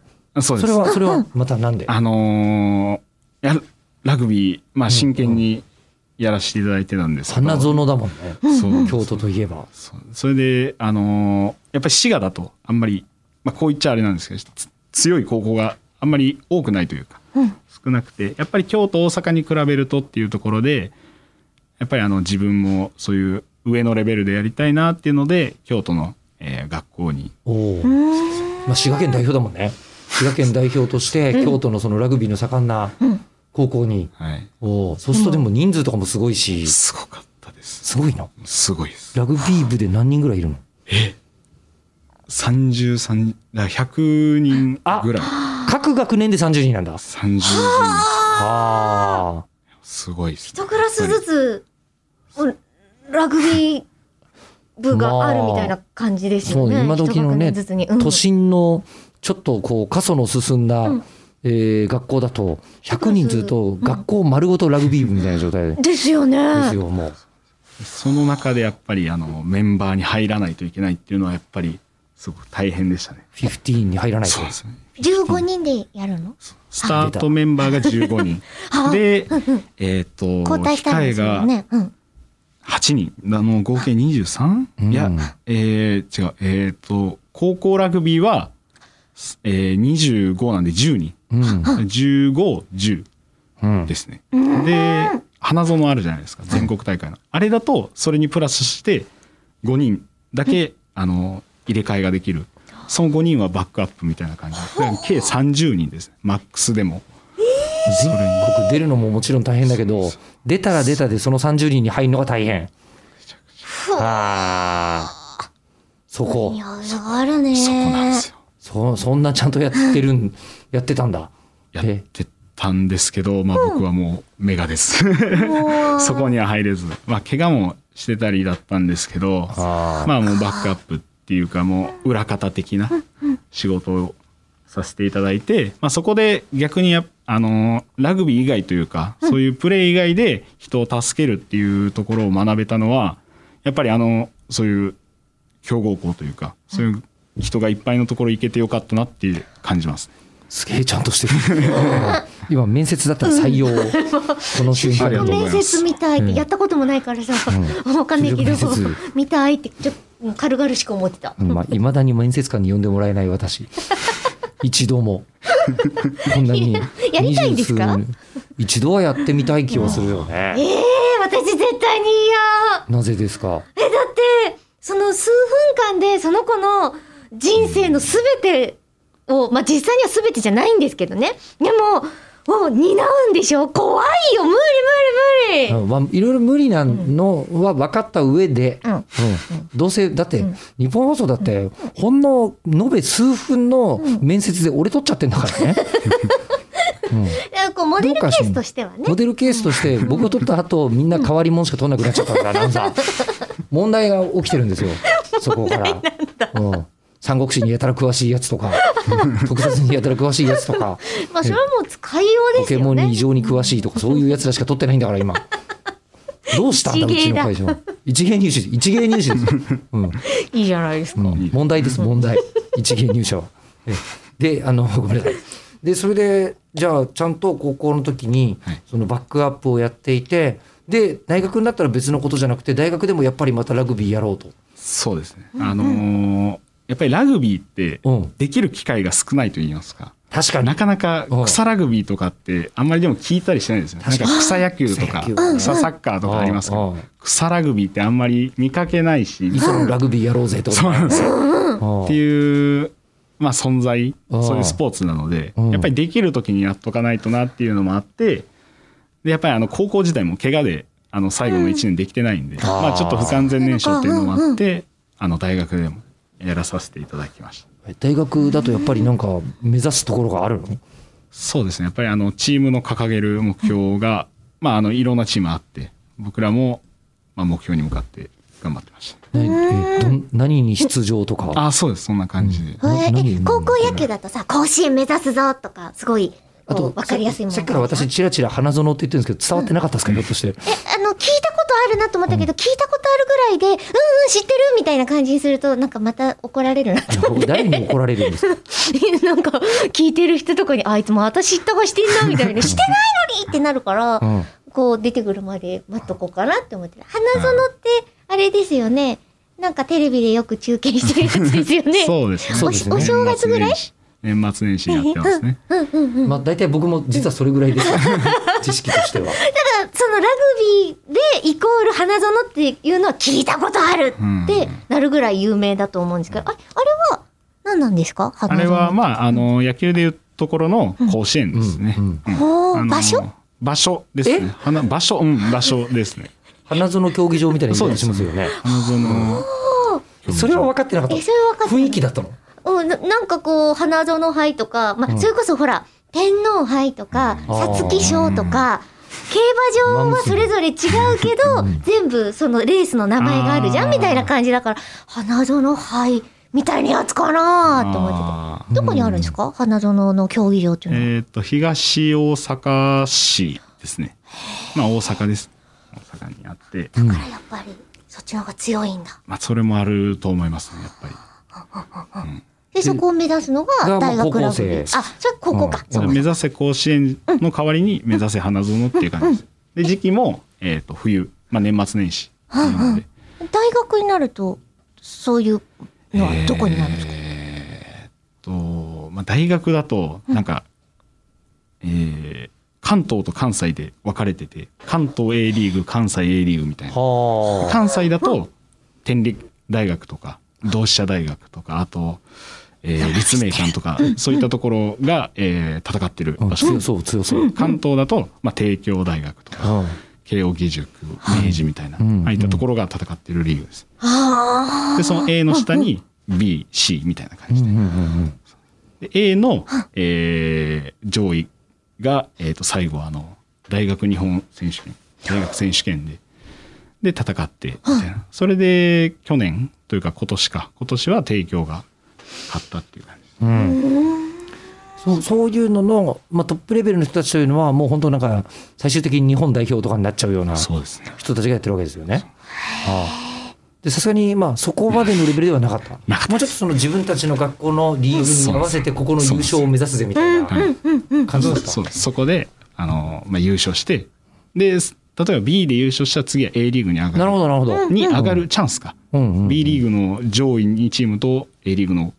C: そう
A: そ
C: です
A: れはそれはまたなんで。
C: あのーやラグビー、まあ、真剣にやらせていただいてたんですけど、
A: 花園だもんね。
C: そう
A: 京都といえば。
C: そうそれで、あのーやっぱり滋賀だとあんまり、まあ、こう言っちゃあれなんですけどつ強い高校があんまり多くないというか、少なくてやっぱり京都大阪に比べるとっていうところでやっぱりあの自分もそういう上のレベルでやりたいなっていうので京都の、えー学校に
A: おお。まあ滋賀県代表だもんね。滋賀県代表として京都のそのラグビーの盛んな高校に。
C: はい、
A: おお。そうするとでも人数とかもすごいし。
C: すごかったです
A: すごいな。
C: すごいです
A: ラグビー部で何人ぐらいいるの
C: 33だから100人ぐらい
A: 各学年で30人なんだ。
C: 30人
A: ああ。
C: すごいです
B: 一クラスずつうんラグビー部があるみたいな感じです
A: そ
B: よ
A: う
B: ね、
A: ね、今時のね、
B: 一学年ずつに、うん
A: 都心のちょっとこう過疎の進んだ、
B: うん
A: えー学校だと100人ずっと学校丸ごとラグビー部みたいな状態で
B: ですよね
A: ですよ、もう。
C: その中でやっぱりあのメンバーに入らないといけないっていうのはやっぱりすごく大変でしたね。
A: 15に入らないと
C: そう。ですね。
B: 15人でやるの
C: スタートメンバーが15人
B: あ
C: で、 えっ、と
B: 交代したんですよね、うん、
C: 8人あの合計 23?、
A: うん
C: いや、えー、違うえっ、と高校ラグビーは、えー、25なんで10人
A: うん。
C: 1510
A: うん
C: で。すね。で花園あるじゃないですか全国大会の。あれだとそれにプラスして5人だけ、あの入れ替えができるその5人はバックアップみたいな感じでだから計30人ですねマックスでも。
A: 全国出るのももちろん大変だけど、出たら出たでその30人に入るのが大変。ああ。そこ
B: い。やあるね
C: そこなんですよ。
A: そそんなちゃんとやってるん、やってたんだ。
C: やってたんですけど、まあ、僕はもうメガです。
B: もう
C: そこには入れず、まあ、怪我もしてたりだったんですけど、
A: あ
C: まあ、もうバックアップっていうか、もう裏方的な仕事をさせていただいて、まあ、そこで逆にや、あのー、ラグビー以外というか、そういうプレー以外で人を助けるっていうところを学べたのは、やっぱりあの、そういう強豪校というか、そういう人がいっぱいのところ行けてよかったなっていう感じますね。
A: すげえちゃんとして る。今面接だったら採用。この瞬間
C: ありがとうござい
B: 面
C: ます
B: 接みたいっ
A: う
B: て
A: ん
B: やったこともないからさ、わかんないけど
A: 面接
B: 見たいってちょっと軽々しく思ってた、
A: うんまあ、未だに面接官に呼んでもらえない 私。一度も。こんなに。
B: やりたいんですか
A: 20数一度はやってみたい気はするよね。
B: ええ絶対に嫌
A: なぜですか
B: え、だって、その数分間でその子の人生のすべてを、まあ、実際にはすべてじゃないんですけどね。でも、を担うんでしょ怖いよ無理無理無理、
A: うんまあ、いろいろ無理なのは分かった上で、
B: うん
A: うんどうせだって、日本放送だってほんの延べ数分の面接で俺取っちゃってんだからね、うん
B: だからこうモデルケースとしてはね。
A: モデルケースとして僕を取った後みんな変わり者しか取らなくなっちゃ ったからアナウンサー問題が起きてるんですよそこから。うん三国志にやたら詳しいやつと か特撮にやたら詳しいやつとか
B: まあ、それはもう使いよう
A: ポ
B: です
A: ケ
B: よ
A: モンに異
B: ね。
A: 常に詳しいとかそういうやつらしか取ってないんだから今どうしたんだう
B: 一
A: ち
B: 芸
A: の
B: だ
A: 会社は一芸入試一芸入試です、うん
B: いいじゃないですか。
A: うん問題です問題一芸入社は。 えであのご めんなさい。でそれでじゃあちゃんと高校の時に
C: はい
A: そのバックアップをやっていてで大学になったら別のことじゃなくて大学でもやっぱりまたラグビーやろうと。
C: そうですね。あのーやっぱりラグビーって
A: うん
C: できる機会が少ないと言いますか。
A: 確かに
C: なかなか草ラグビーとかってあんまりでも聞いたりしないですよね。なん
A: 確
C: か
A: かに
C: 草野球と
A: 草
C: か
A: 野球うんうん
C: 草サッカーとかありますけ
A: う
C: ど
A: んうん、
C: 草ラグビーってあんまり見かけないし、
A: いつもラグビーやろうぜって こと
C: そうなんですよ。
A: うん
C: っていう、まあ、存在
A: あー
C: そういうスポーツなので
A: うん
C: やっぱりできる時にやっとかないとなっていうのもあってでやっぱりあの高校時代も怪我であの最後の1年できてないんで、まあ、ちょっと不完全燃焼っていうのもあってあの大学でもやらさせていただきました
A: 大学だとやっぱりなんか目指すところがあるの
C: そうですねやっぱりあのチームの掲げる目標が、まあ、あのいろんなチームあって僕らも、まあ、目標に向かって頑張ってました
A: ねえどん何に出場とか
C: ああそうですそんな感じで、
B: え
A: な何
B: え高校野球だとさ、甲子園目指すぞとか、すごい、
A: あと
B: こうわかりやすいもの
A: さっきから私チラチラ花園って言ってるんですけど伝わってなかったですかひょっとして。
B: え、あの、聞いたことあるなと思ったけど、聞いたことあるぐらいで、うんうん、知ってるみたいな感じにすると、なんかまた怒られるなと。
A: 誰に怒られるんですか
B: なんか、聞いてる人とかに、あいつも私知ったかしてん な、みたいな。してないのにってなるから、
A: うん
B: こう出てくるまで待っとこうかなって思ってた。花園って、あれですよね。なんかテレビでよく中継してるやつですよね。
C: そうですね
A: そうですね
B: おお正月ぐらい
C: 年末年始年末年始やってます ね
A: まあ大体僕も実はそれぐらいです。知識としては。
B: ただ、そのラグビーでイコール花園っていうのは聞いたことあるってなるぐらい有名だと思うんですけど、ああれは何なんですか花
C: あ
B: 園
C: れはまああの野球でいうところの甲子園ですね。
A: うん
C: うん
B: ほう
C: あの
B: 場所
C: 場所です
A: え
C: ね。花場所うん場所ですね。
A: 花園競技場みたいな言い方しますよね。
C: 花園
A: それは分かってなかった。
B: えそれは分かって
A: 雰囲気だったの。
B: うん、ななんかこう花園杯とか、まあそれこそほら天皇杯とか
A: うん
B: 皐月賞とか競馬場はそれぞれ違うけど、全部そのレースの名前があるじゃん
C: あー
B: みたいな感じだから花園杯みたいなやつかなと思って
C: あ
B: てどこにあるんですか、花園の競技場って
C: ー
B: いうのは、
C: えっと東大阪市ですね。まあ大阪です。大阪にあって、
B: だからやっぱりそっちの方が強いんだ
C: まあそれもあると思いますねやっぱり。
B: でそこを目指すの
A: がま
B: が
A: あ
B: 大学ラグビ
A: 高
B: ー、
A: 校生
B: あそれ高校か、
A: うん
B: そう
C: 目指せ甲子園の代わりに目指せ花園っていう感じです。で時期もえっと冬まあ年末年始なので。
B: 大学になるとそういうのはどこになるんですか、
C: えーっと、まあ、大学だとなんか、えー関東と関西で分かれてて関東 A リーグ関西 A リーグみたいな
A: はあ。
C: 関西だと天理大学とか同志社大学とかあと、えー立命館とかそういったところが、えー戦ってる
A: うん
C: 場所
A: 強
C: です
A: そう強そう。
C: 関東だと、まあ、帝京大学とか
A: うん
C: 慶應義塾明治みたいな、
A: うん
C: ああいったところが戦ってるリーグです。
B: あー
C: でその A の下に BC みたいな感
A: う
C: じ
A: ん
C: で
A: うんうん
C: で A の、えー上位が、えー、と最後あの大学日本選手権大学選手権でで戦ってみたいなそれで去年というか今年か今年は帝京が勝ったっていう感じです
A: うん。そうそういうのの、まあ、トップレベルの人たちというのはもう本当なんか最終的に日本代表とかになっちゃうような
C: そうですね
A: 人たちがやってるわけですよね。ああでさすがにまあそこまでのレベルではなかった。
C: なかった
A: もうちょっとその自分たちの学校のリーグに合わせてここの優勝を目指すぜみたいな感じだった。
C: そうそこであの、まあ、優勝してです例えば B で優勝したら次は A リーグに上
A: なるほ
C: が
A: どなるほど。
C: るに上がるチャンスか、
A: うんうん。
C: B リーグの上位2チームと A リーグの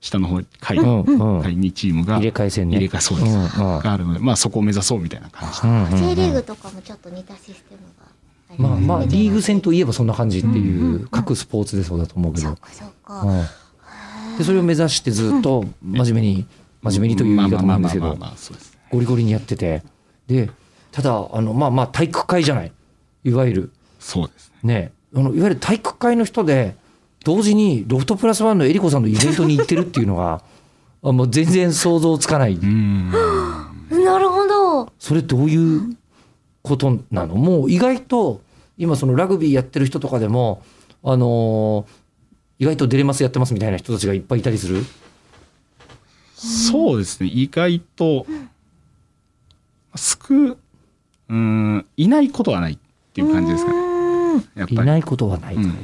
C: 下の方下位、
A: うんうん
C: 下位2チームが
A: 入れ替え戦ね。
C: 入れ替えそうです、
A: ん
C: があるので、まあ、そこを目指そうみたいな感じで、
A: うんうん
B: J リーグとかもちょっと似たシステムがあり
A: まあまあ、
B: 出て
A: リーグ戦といえばそんな感じってい
B: うんうんうん
A: う、各スポーツでそうだと思うけ
B: そ
A: ど
B: う。かそう
A: う
B: か。
A: んで、それを目指してずっと真面目に、真面目にという言い方もあるんですけ
C: まあ
A: ど
C: まあまあまあまあ、そうですね。
A: ゴリゴリにやってて。で、ただ、あの、まあまあ、体育会じゃない。いわゆる。
C: そうですね。
A: ね、あのいわゆる体育会の人で同時にロフトプラスワンのエリコさんのイベントに行ってるっていうのが あもう全然想像つかない、
C: うん。
B: なるほど。
A: それどういうことなのもう意外と今そのラグビーやってる人とかでも、あのー意外とデレマスやってますみたいな人たちがいっぱいいたりする
C: そうですね。意外と、少、うん、いないことはないっていう感じですかね。
B: ね。
C: やっ
A: い
C: ぱり。
A: ないことはない、
C: うん
A: うん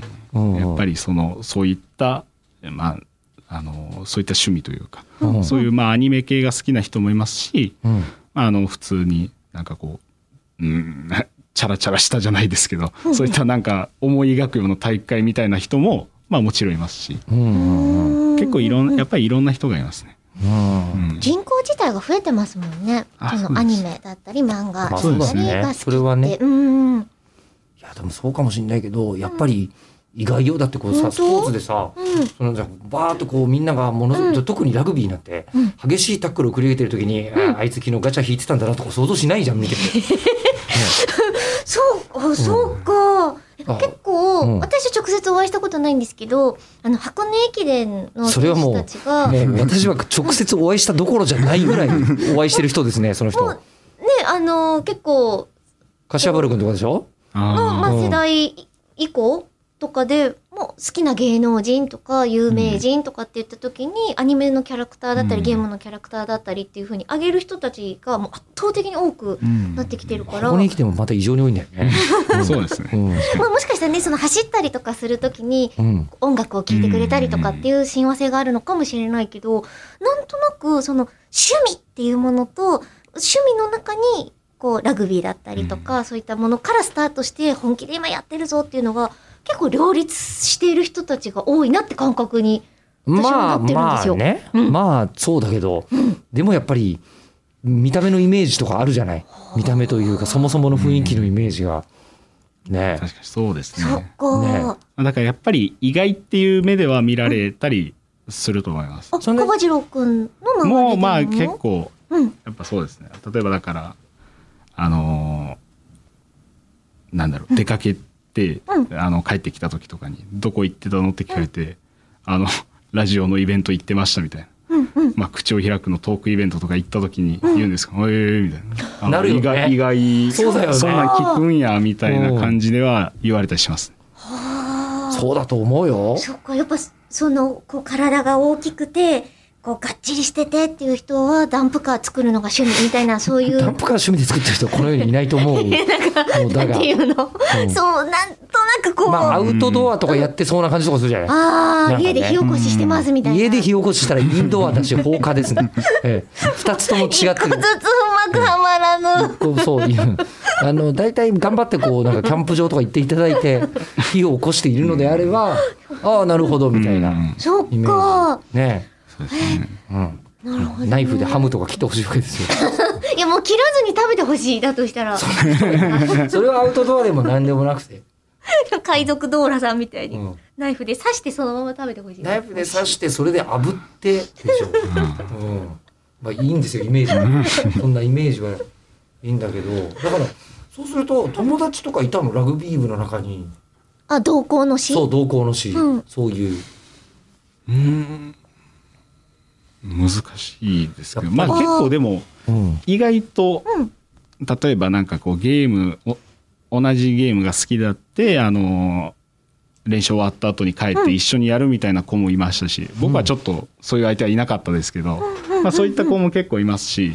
C: やっぱ
A: り、
C: りそのそういった、まあ、あのそういった趣味というか、
A: うん
C: そういうまあアニメ系が好きな人もいますし、
A: うん
C: まあ、あの普通になんかこううん チャラチャラしたじゃないですけど、そういったなんか思い描くような大会みたいな人も、まあ、もちろんいますし、
A: うんうん
C: 結構いろんやっぱりいろんな人がいますね。
A: うん
C: うん
B: 人口自体が増えてますもんね。
C: あ
B: その
C: そうです
B: アニメだったり漫画だ
A: まあ
B: ったりが好き
A: そうですね
B: って。
A: それはね
B: うんうん。
A: いやでもそうかもしれないけどやっぱり意外よだってこう
B: 本
A: さ
B: 当
A: スポーツでさ、
B: うん
A: そのじゃあバーッとこうみんながものすごく、
B: う
A: 特にラグビーなんて、
B: うん
A: 激しいタックルを繰り上げてる時に、ああいつ昨日ガチャ引いてたんだなとか想像しないじゃん見てて。
B: そう、あそうか。
A: あ
B: 結構、
A: うん
B: 私は直接お会いしたことないんですけど、あの、箱根駅伝の
A: それ
B: 選
A: はも
B: 手
A: う
B: たちが、ね、
A: もう私は直接お会いしたどころじゃないぐらいお会いしてる人ですねその人。
B: あの、結構、
A: 柏原君とかでしょ
B: の、ま
C: あ
B: あ、
A: うん
B: 世代以降とかで、もう好きな芸能人とか有名人とかって言った時に、アニメのキャラクターだったり、
C: うん
B: ゲームのキャラクターだったりっていう風に上げる人たちがもう圧倒的に多く
C: うん
B: なってきてるから、
A: ここに来てもまた異常に多いんだよね。
C: ーそうですね。
A: うん
B: まあ、もしかしたらね、その走ったりとかする時に、
A: うん
B: 音楽を聴いてくれたりとかっていう親和性があるのかもしれないけど、なんとなくその趣味っていうものと、趣味の中にこうラグビーだったりとか、そういったものからスタートして本気で今やってるぞっていうのが結構両立している人たちが多いなって感覚に。私は
A: まあ
B: なってるんで
A: ますあ
B: よ
A: ね、まあそうだけど、でもやっぱり見た目のイメージとかあるじゃない見た目というかそもそもの雰囲気のイメージが、ね
C: 確かにそうです
B: そっ
C: ね。
B: か。
A: ね
C: まあだからやっぱり意外っていう目では見られたりすると思います。
B: あ、
A: そんな
B: 小次郎くんの周りでも。
C: もうまあ結構
B: うん。
C: やっぱそうですね。例えばだから、あのーなんだろう、出かけて、
B: う
C: あの、帰ってきた時とかに、どこ行ってたのって聞かれて、あの、ラジオのイベント行ってましたみたいな。
B: うんうん。
C: まあ、口を開くのトークイベントとか行った時に言うんですか、ええみたいな。あの
A: なるよね
C: 意外、意外、
A: そうだよね
C: そんなん聞くんや、みたいな感じでは言われたりします。
B: はあ。
A: そうだと思うよ。
B: そっか、やっぱそそのこう体が大きくて、こうがっちりしててっていう人はダンプカー作るのが趣味みたいな、そうい
A: ダン
B: う。
A: プカー趣味で作ってる人この世にいないと思う。もう
B: な
A: だ
B: ん
A: が
B: て、いうの、
A: うん
B: そう、なんとなくこう、
A: まあア
B: あ
A: ウトドアとかやってそうな感じとかするじゃない。
B: あー、
A: なんかね
B: 家で火起こししてますみたいな。
A: 家で火起こししたらインドアだし放火です ね。ええ、二つとも違って
B: 一個ず
A: る。
B: つ うまくはまらぬ。
A: こうそういうあの大体頑張ってこうなんかキャンプ場とか行っていただいて火を起こしているのであれば、ああなるほどみたいな、
C: うん
B: そ
A: イ
B: っ
A: メ
B: か
A: ー。ジね
C: そうですね。
A: え、うん
B: なるほど。
A: ナイフでハムとか切ってほしいわけです よ。
B: いや、もう切らずに食べてほしい。だとしたら、
A: それはアウトドアでも何でもなくて、
B: 海賊ドーラさんみたいに、
A: うん
B: ナイフで刺してそのまま食べてほしい。
A: ナイフで刺してそれで炙ってでしょ。うん。まあいいんですよイメージは。そんなイメージはいいんだけど、だからそうすると友達とかいたのラグビー部の中に、
B: あ、同行のし。
A: そう同行のし、
B: うん
A: そういう
C: うん。難しいですけど、まあ
A: やっ
B: ぱり
C: 結構でも、意外と、例えばなんかこうゲームを同じゲームが好きだってあのー練習終わった後に帰って一緒にやるみたいな子もいましたし、僕はちょっとそういう相手はいなかったですけど、まあ、そういった子も結構いますし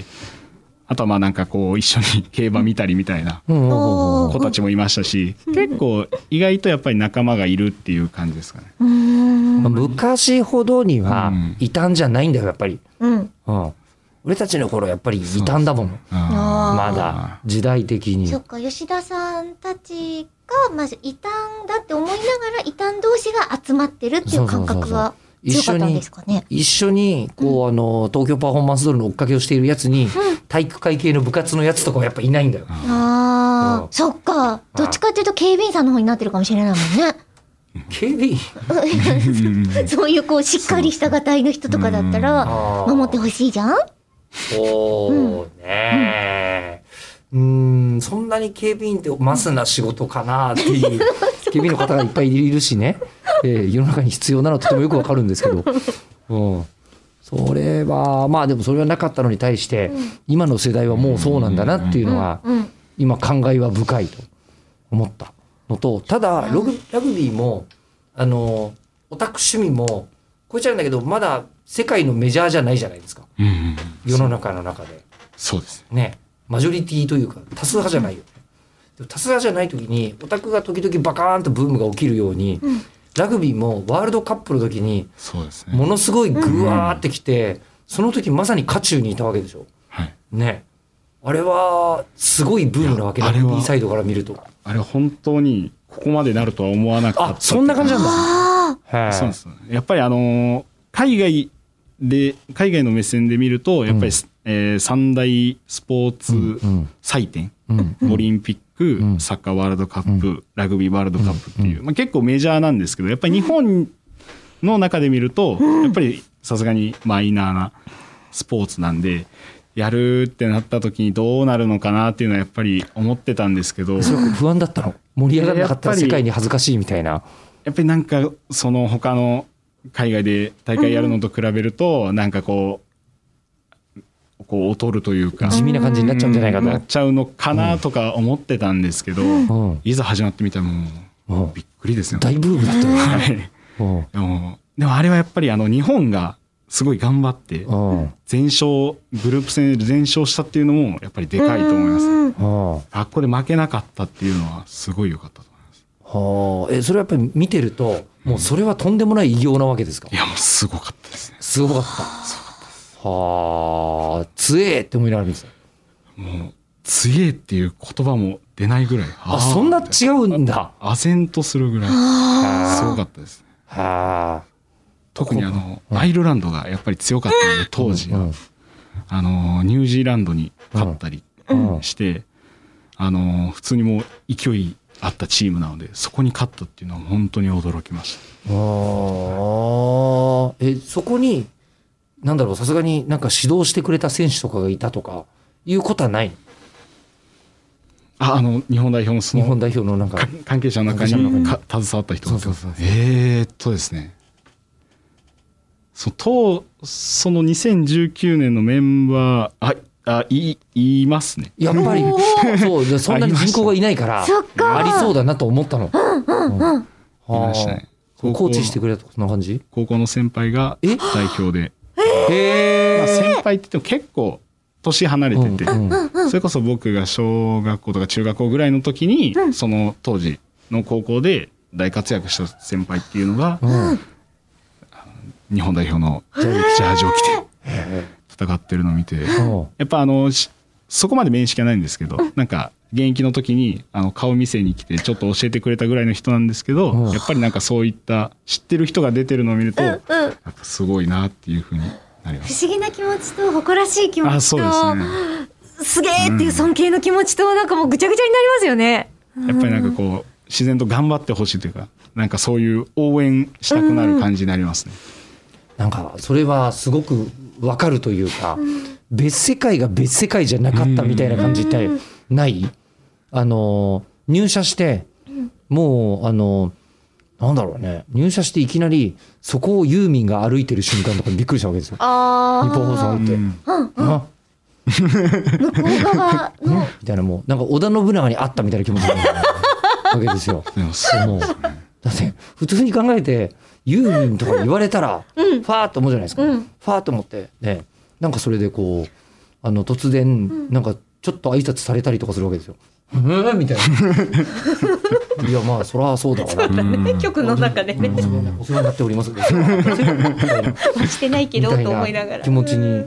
C: あとはまあなんかこう一緒に競馬見たりみたいな
A: うんうん
B: おー
C: 子たちもいましたし、結構意外とやっぱり仲間がいるっていう感じですかね。
B: うーん。
A: まあ昔ほどには
C: うん
A: 異端じゃないんだよやっぱり、
B: うん。
A: うん、俺たちの頃やっぱり異端だもん
C: あ
B: あー
A: まだ時代的に
B: そっか、吉田さんたちが、まず異端だって思いながら、異端同士が集まってるっていう感覚が
A: そう
B: 強
A: そうそうそう
B: かったんですかね。
A: 一緒にこう、あの東京パフォーマンスドールの追っかけをしているやつに、体育会系の部活のやつとかはやっぱいないんだよ。
B: あ
A: う
B: あ
A: ん、
B: そっか。どっちかっていうと警備員さんの方になってるかもしれないもん
A: 警備員
B: ね。そういうこう、しっかりしたがたいの人とかだったら、
A: あー
B: 守ってほしいじゃん
A: そうねうーんそんなに警備員ってマスな仕事かなって いう警備員の方がいっぱいいるしね、えー世の中に必要なのはとてもよくわかるんですけど、うん、それはまあでもそれはなかったのに対して、今の世代はもうそうなんだなっていうのは、
B: うん。
A: 今感慨は深いと思ったのとただログラグビーもあのオタク趣味もこいつらなんだけどまだ世界のメジャーじゃないじゃないですか
C: うんうん
A: 世の中の中で。
C: そうですね
A: ね、マジョリティというか多数派じゃないよ、でも多数派じゃない時にオタクが時々バカーンとブームが起きるように、
B: うん
A: ラグビーもワールドカップの時に
C: そうですね
A: ものすごいグワーってきて、その時まさに渦中にいたわけでしょ
C: はい
A: ねあれはすごいブームなわけだ
C: いやあ
A: ラ
C: れ
A: グ
C: は
A: ビーサイドから見ると
C: あれ本当にここまでなるとは思わなかった
A: あそんな感じなんだ
B: あ
A: は
C: そうですやっぱりあのー海外で海外の目線で見るとやっぱり、えー三大スポーツ
A: うん
C: 祭典、
A: うん
C: オリンピッ
A: う
C: ク、
A: ん
C: サッカーワールドカップ、ラグビーワールドカップっていう、まあ、結構メジャーなんですけどやっぱり日本の中で見ると、やっぱりさすがにマイナーなスポーツなんでやるってなった時にどうなるのかなっていうのはやっぱり思ってたんですけど。
A: それは不安だったの盛り上がらなかったら
C: やっぱり
A: 世界に恥ずかしいみたいな
C: やっぱりなんかその他の海外で大会やるのと比べるとなんかこうこう劣るというか
A: 地味な感じになっちゃうんじゃないかと、
C: なっちゃうのかなとか思ってたんですけど、
A: うん
C: いざ始まってみたらも
A: う
C: うんびっくりですよね。
A: 大ブームだったよね
C: はい
A: うん
C: でもでもあれはやっぱりあの日本がすごい頑張って
A: うんうん
C: 全勝グループ戦で全勝したっていうのもやっぱりでかいと思います。
B: ます。
A: は
C: あこれ負けなかったっていうのはすごい良かったと思います。
A: あえそれはやっぱり見てるともうそれはとんでもない偉業なわけですか
C: いやもうすごかったですね。
A: すごかった。はあ、強えって思いながら見てた。
C: もう強えっていう言葉も出ないぐらい
A: あ、そんな違うんだ。
C: 唖然とするぐらいすご
A: は
C: かったですね
A: あ。
C: 特にあのアイルランドがやっぱり強かったんで当時、
A: うん
C: あのニュージーランドに勝ったり
A: うん
C: して、あの普通にもう勢いあったチームなのでそこに勝ったっていうのは本当に驚きまし
A: ああ。え、そこに、なんだろう、さすがになんか指導してくれた選手とかがいたとか、いうことはないの
C: たああの日本代表のそ
A: 日本
C: の
A: 代表のなんか
C: か。関係者の中
A: 関係者の
C: に
A: 中
C: か携わった人ってこと
A: そうそうそう
C: えーっとですねそ当その2019年のメンバーああいいますね
A: やっぱり
B: お、
A: そう、でそんなに人口がいないから、
B: そっか
A: ありそうだなと思ったの。うんうん
C: いましたね
A: コーチして
C: れ
A: くれたとかそんな感じ
C: 高校の先輩が
A: え
C: 代表で、
A: へ
C: ま
A: え。
C: あ、先輩って言っても結構年離れてて、
A: うんうん
C: それこそ僕が小学校とか中学校ぐらいの時に、その当時の高校で大活躍した先輩っていうのが
A: うん
C: 日本代表のジャージを着て戦ってるのを見て、
A: うん
C: やっぱあのしそこまで面識はないんですけど、なんか現役の時にあの顔見せに来てちょっと教えてくれたぐらいの人なんですけど、
A: うん
C: やっぱりなんかそういった知ってる人が出てるのを見ると、やっ
B: うんうん。
C: ぱすごいなっていうふうになりま
B: 不
C: す。
B: 思議な気持ちと誇らしい気持
C: あ
B: ち
C: そうで
B: と、
C: すね。
B: すげーっていう尊敬の気持ちと、なんかもうぐちゃぐちゃになりますよね。
C: やっぱりなんかこう自然と頑張ってほしいというか、なんかそういう応援したくなる感じになりますね。
A: なんかそれはすごくわかるというか、別世界が別世界じゃなかったみたいな感じってない、あの入社してもうあのなんだろうね入社していきなりそこをユーミンが歩いてる瞬間とかにびっくりしたわけですよ
B: あ
A: 日
B: あ。
A: 本放送って。あ
B: 向こう側の、
A: みたいなもうなんか織田信長に会ったみたいな気持ちになるわけですよ。
C: でもそう
A: もうだって普通に考えてユーミンとか言われたら、ファーっと思うじゃないですか、
B: うん
A: ファーっと思って、ね、なんかそれでこうあの突然なんかちょっと挨拶されたりとかするわけですよ。うーんみたい な。いやまあそりゃそうだわな。
B: 局の中でね、
A: お世話になっております。みたいな
B: してないけ
A: み
B: ど
A: たい
B: と思いなが
A: な
B: ら。
A: 気持ちに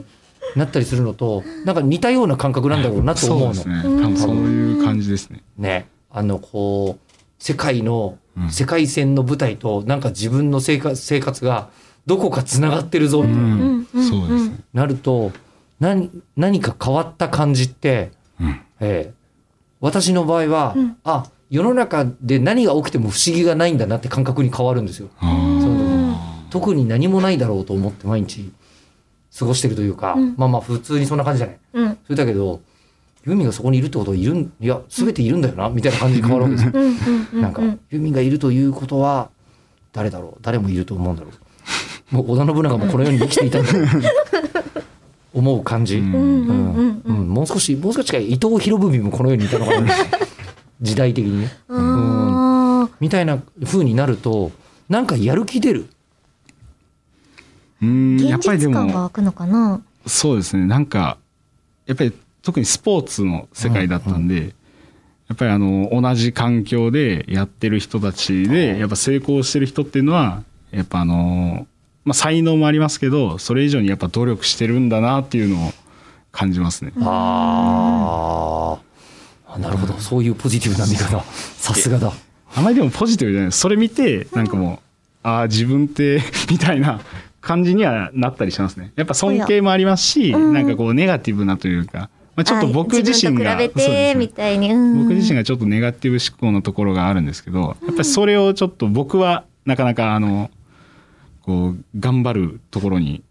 A: なったりするのとなんか似たような感覚なんだろうなと
C: そう
A: 思う
C: です
A: の。
C: ね。多分そういう感じですね。
A: ね、あのこう世界の、
C: うん
A: 世界線の舞台となんか自分の生活生活がどこかつながってるぞみたい
C: うん
A: に
B: うんうん
C: そうですね。
A: なると、何何か変わった感じって、
C: うん
A: ええ私の場合は、
B: うん
A: あ世の中で何が起きても不思議がないんだなって感覚に変わるんですよ。
C: あ
A: そう
B: うん
A: 特に何もないだろうと思って毎日過ごしてるというか、
B: うん
A: まあまあ普通にそんな感じじゃない。
B: うん
A: それだけどユーミンがそこにいるってことはいるんいや全ているんだよなみたいな感じに変わるわけですよ。
B: うんうんうん
A: なんか、
B: うん
A: ユーミンがいるということは、誰だろう誰もいると思うんだろう。もう織田信長もこの世に生きていたんだ ろう。思う感じ。
C: う
A: うんん
B: うんうんうん
A: うんもう少し、もう少し近い伊藤博文もこの世にいたのか な。時代的にね。
B: あー
A: みたいな風になると、なんかやる気出る。
C: ーうんや
B: 現
C: っぱりで
B: 実感が
C: も
B: 湧くのかな
C: そうですねなんかやっぱり特にスポーツの世界だったんで、やっぱりあの同じ環境でやってる人たちでやっぱ成功してる人っていうのはやっぱあの、まあ、才能もありますけどそれ以上にやっぱ努力してるんだなっていうのを感じますね。
A: あーあ。なるほど。そういうポジティブな見方。さすがだ。
C: あまりでもポジティブじゃないそれ見てなんかもう、ああ自分って みたいな感じにはなったりしますねやっぱ尊敬もありますし、
B: うん
C: なんかこうネガティブなというか、まあ、ちょっと
B: あ
C: 僕自身が
B: 自分と比べ
C: そうで
B: て
C: すね
B: みたいにうん
C: 僕自身がちょっとネガティブ思考のところがあるんですけど、やっぱりそれをちょっと僕はなかなかあのこう頑張るところに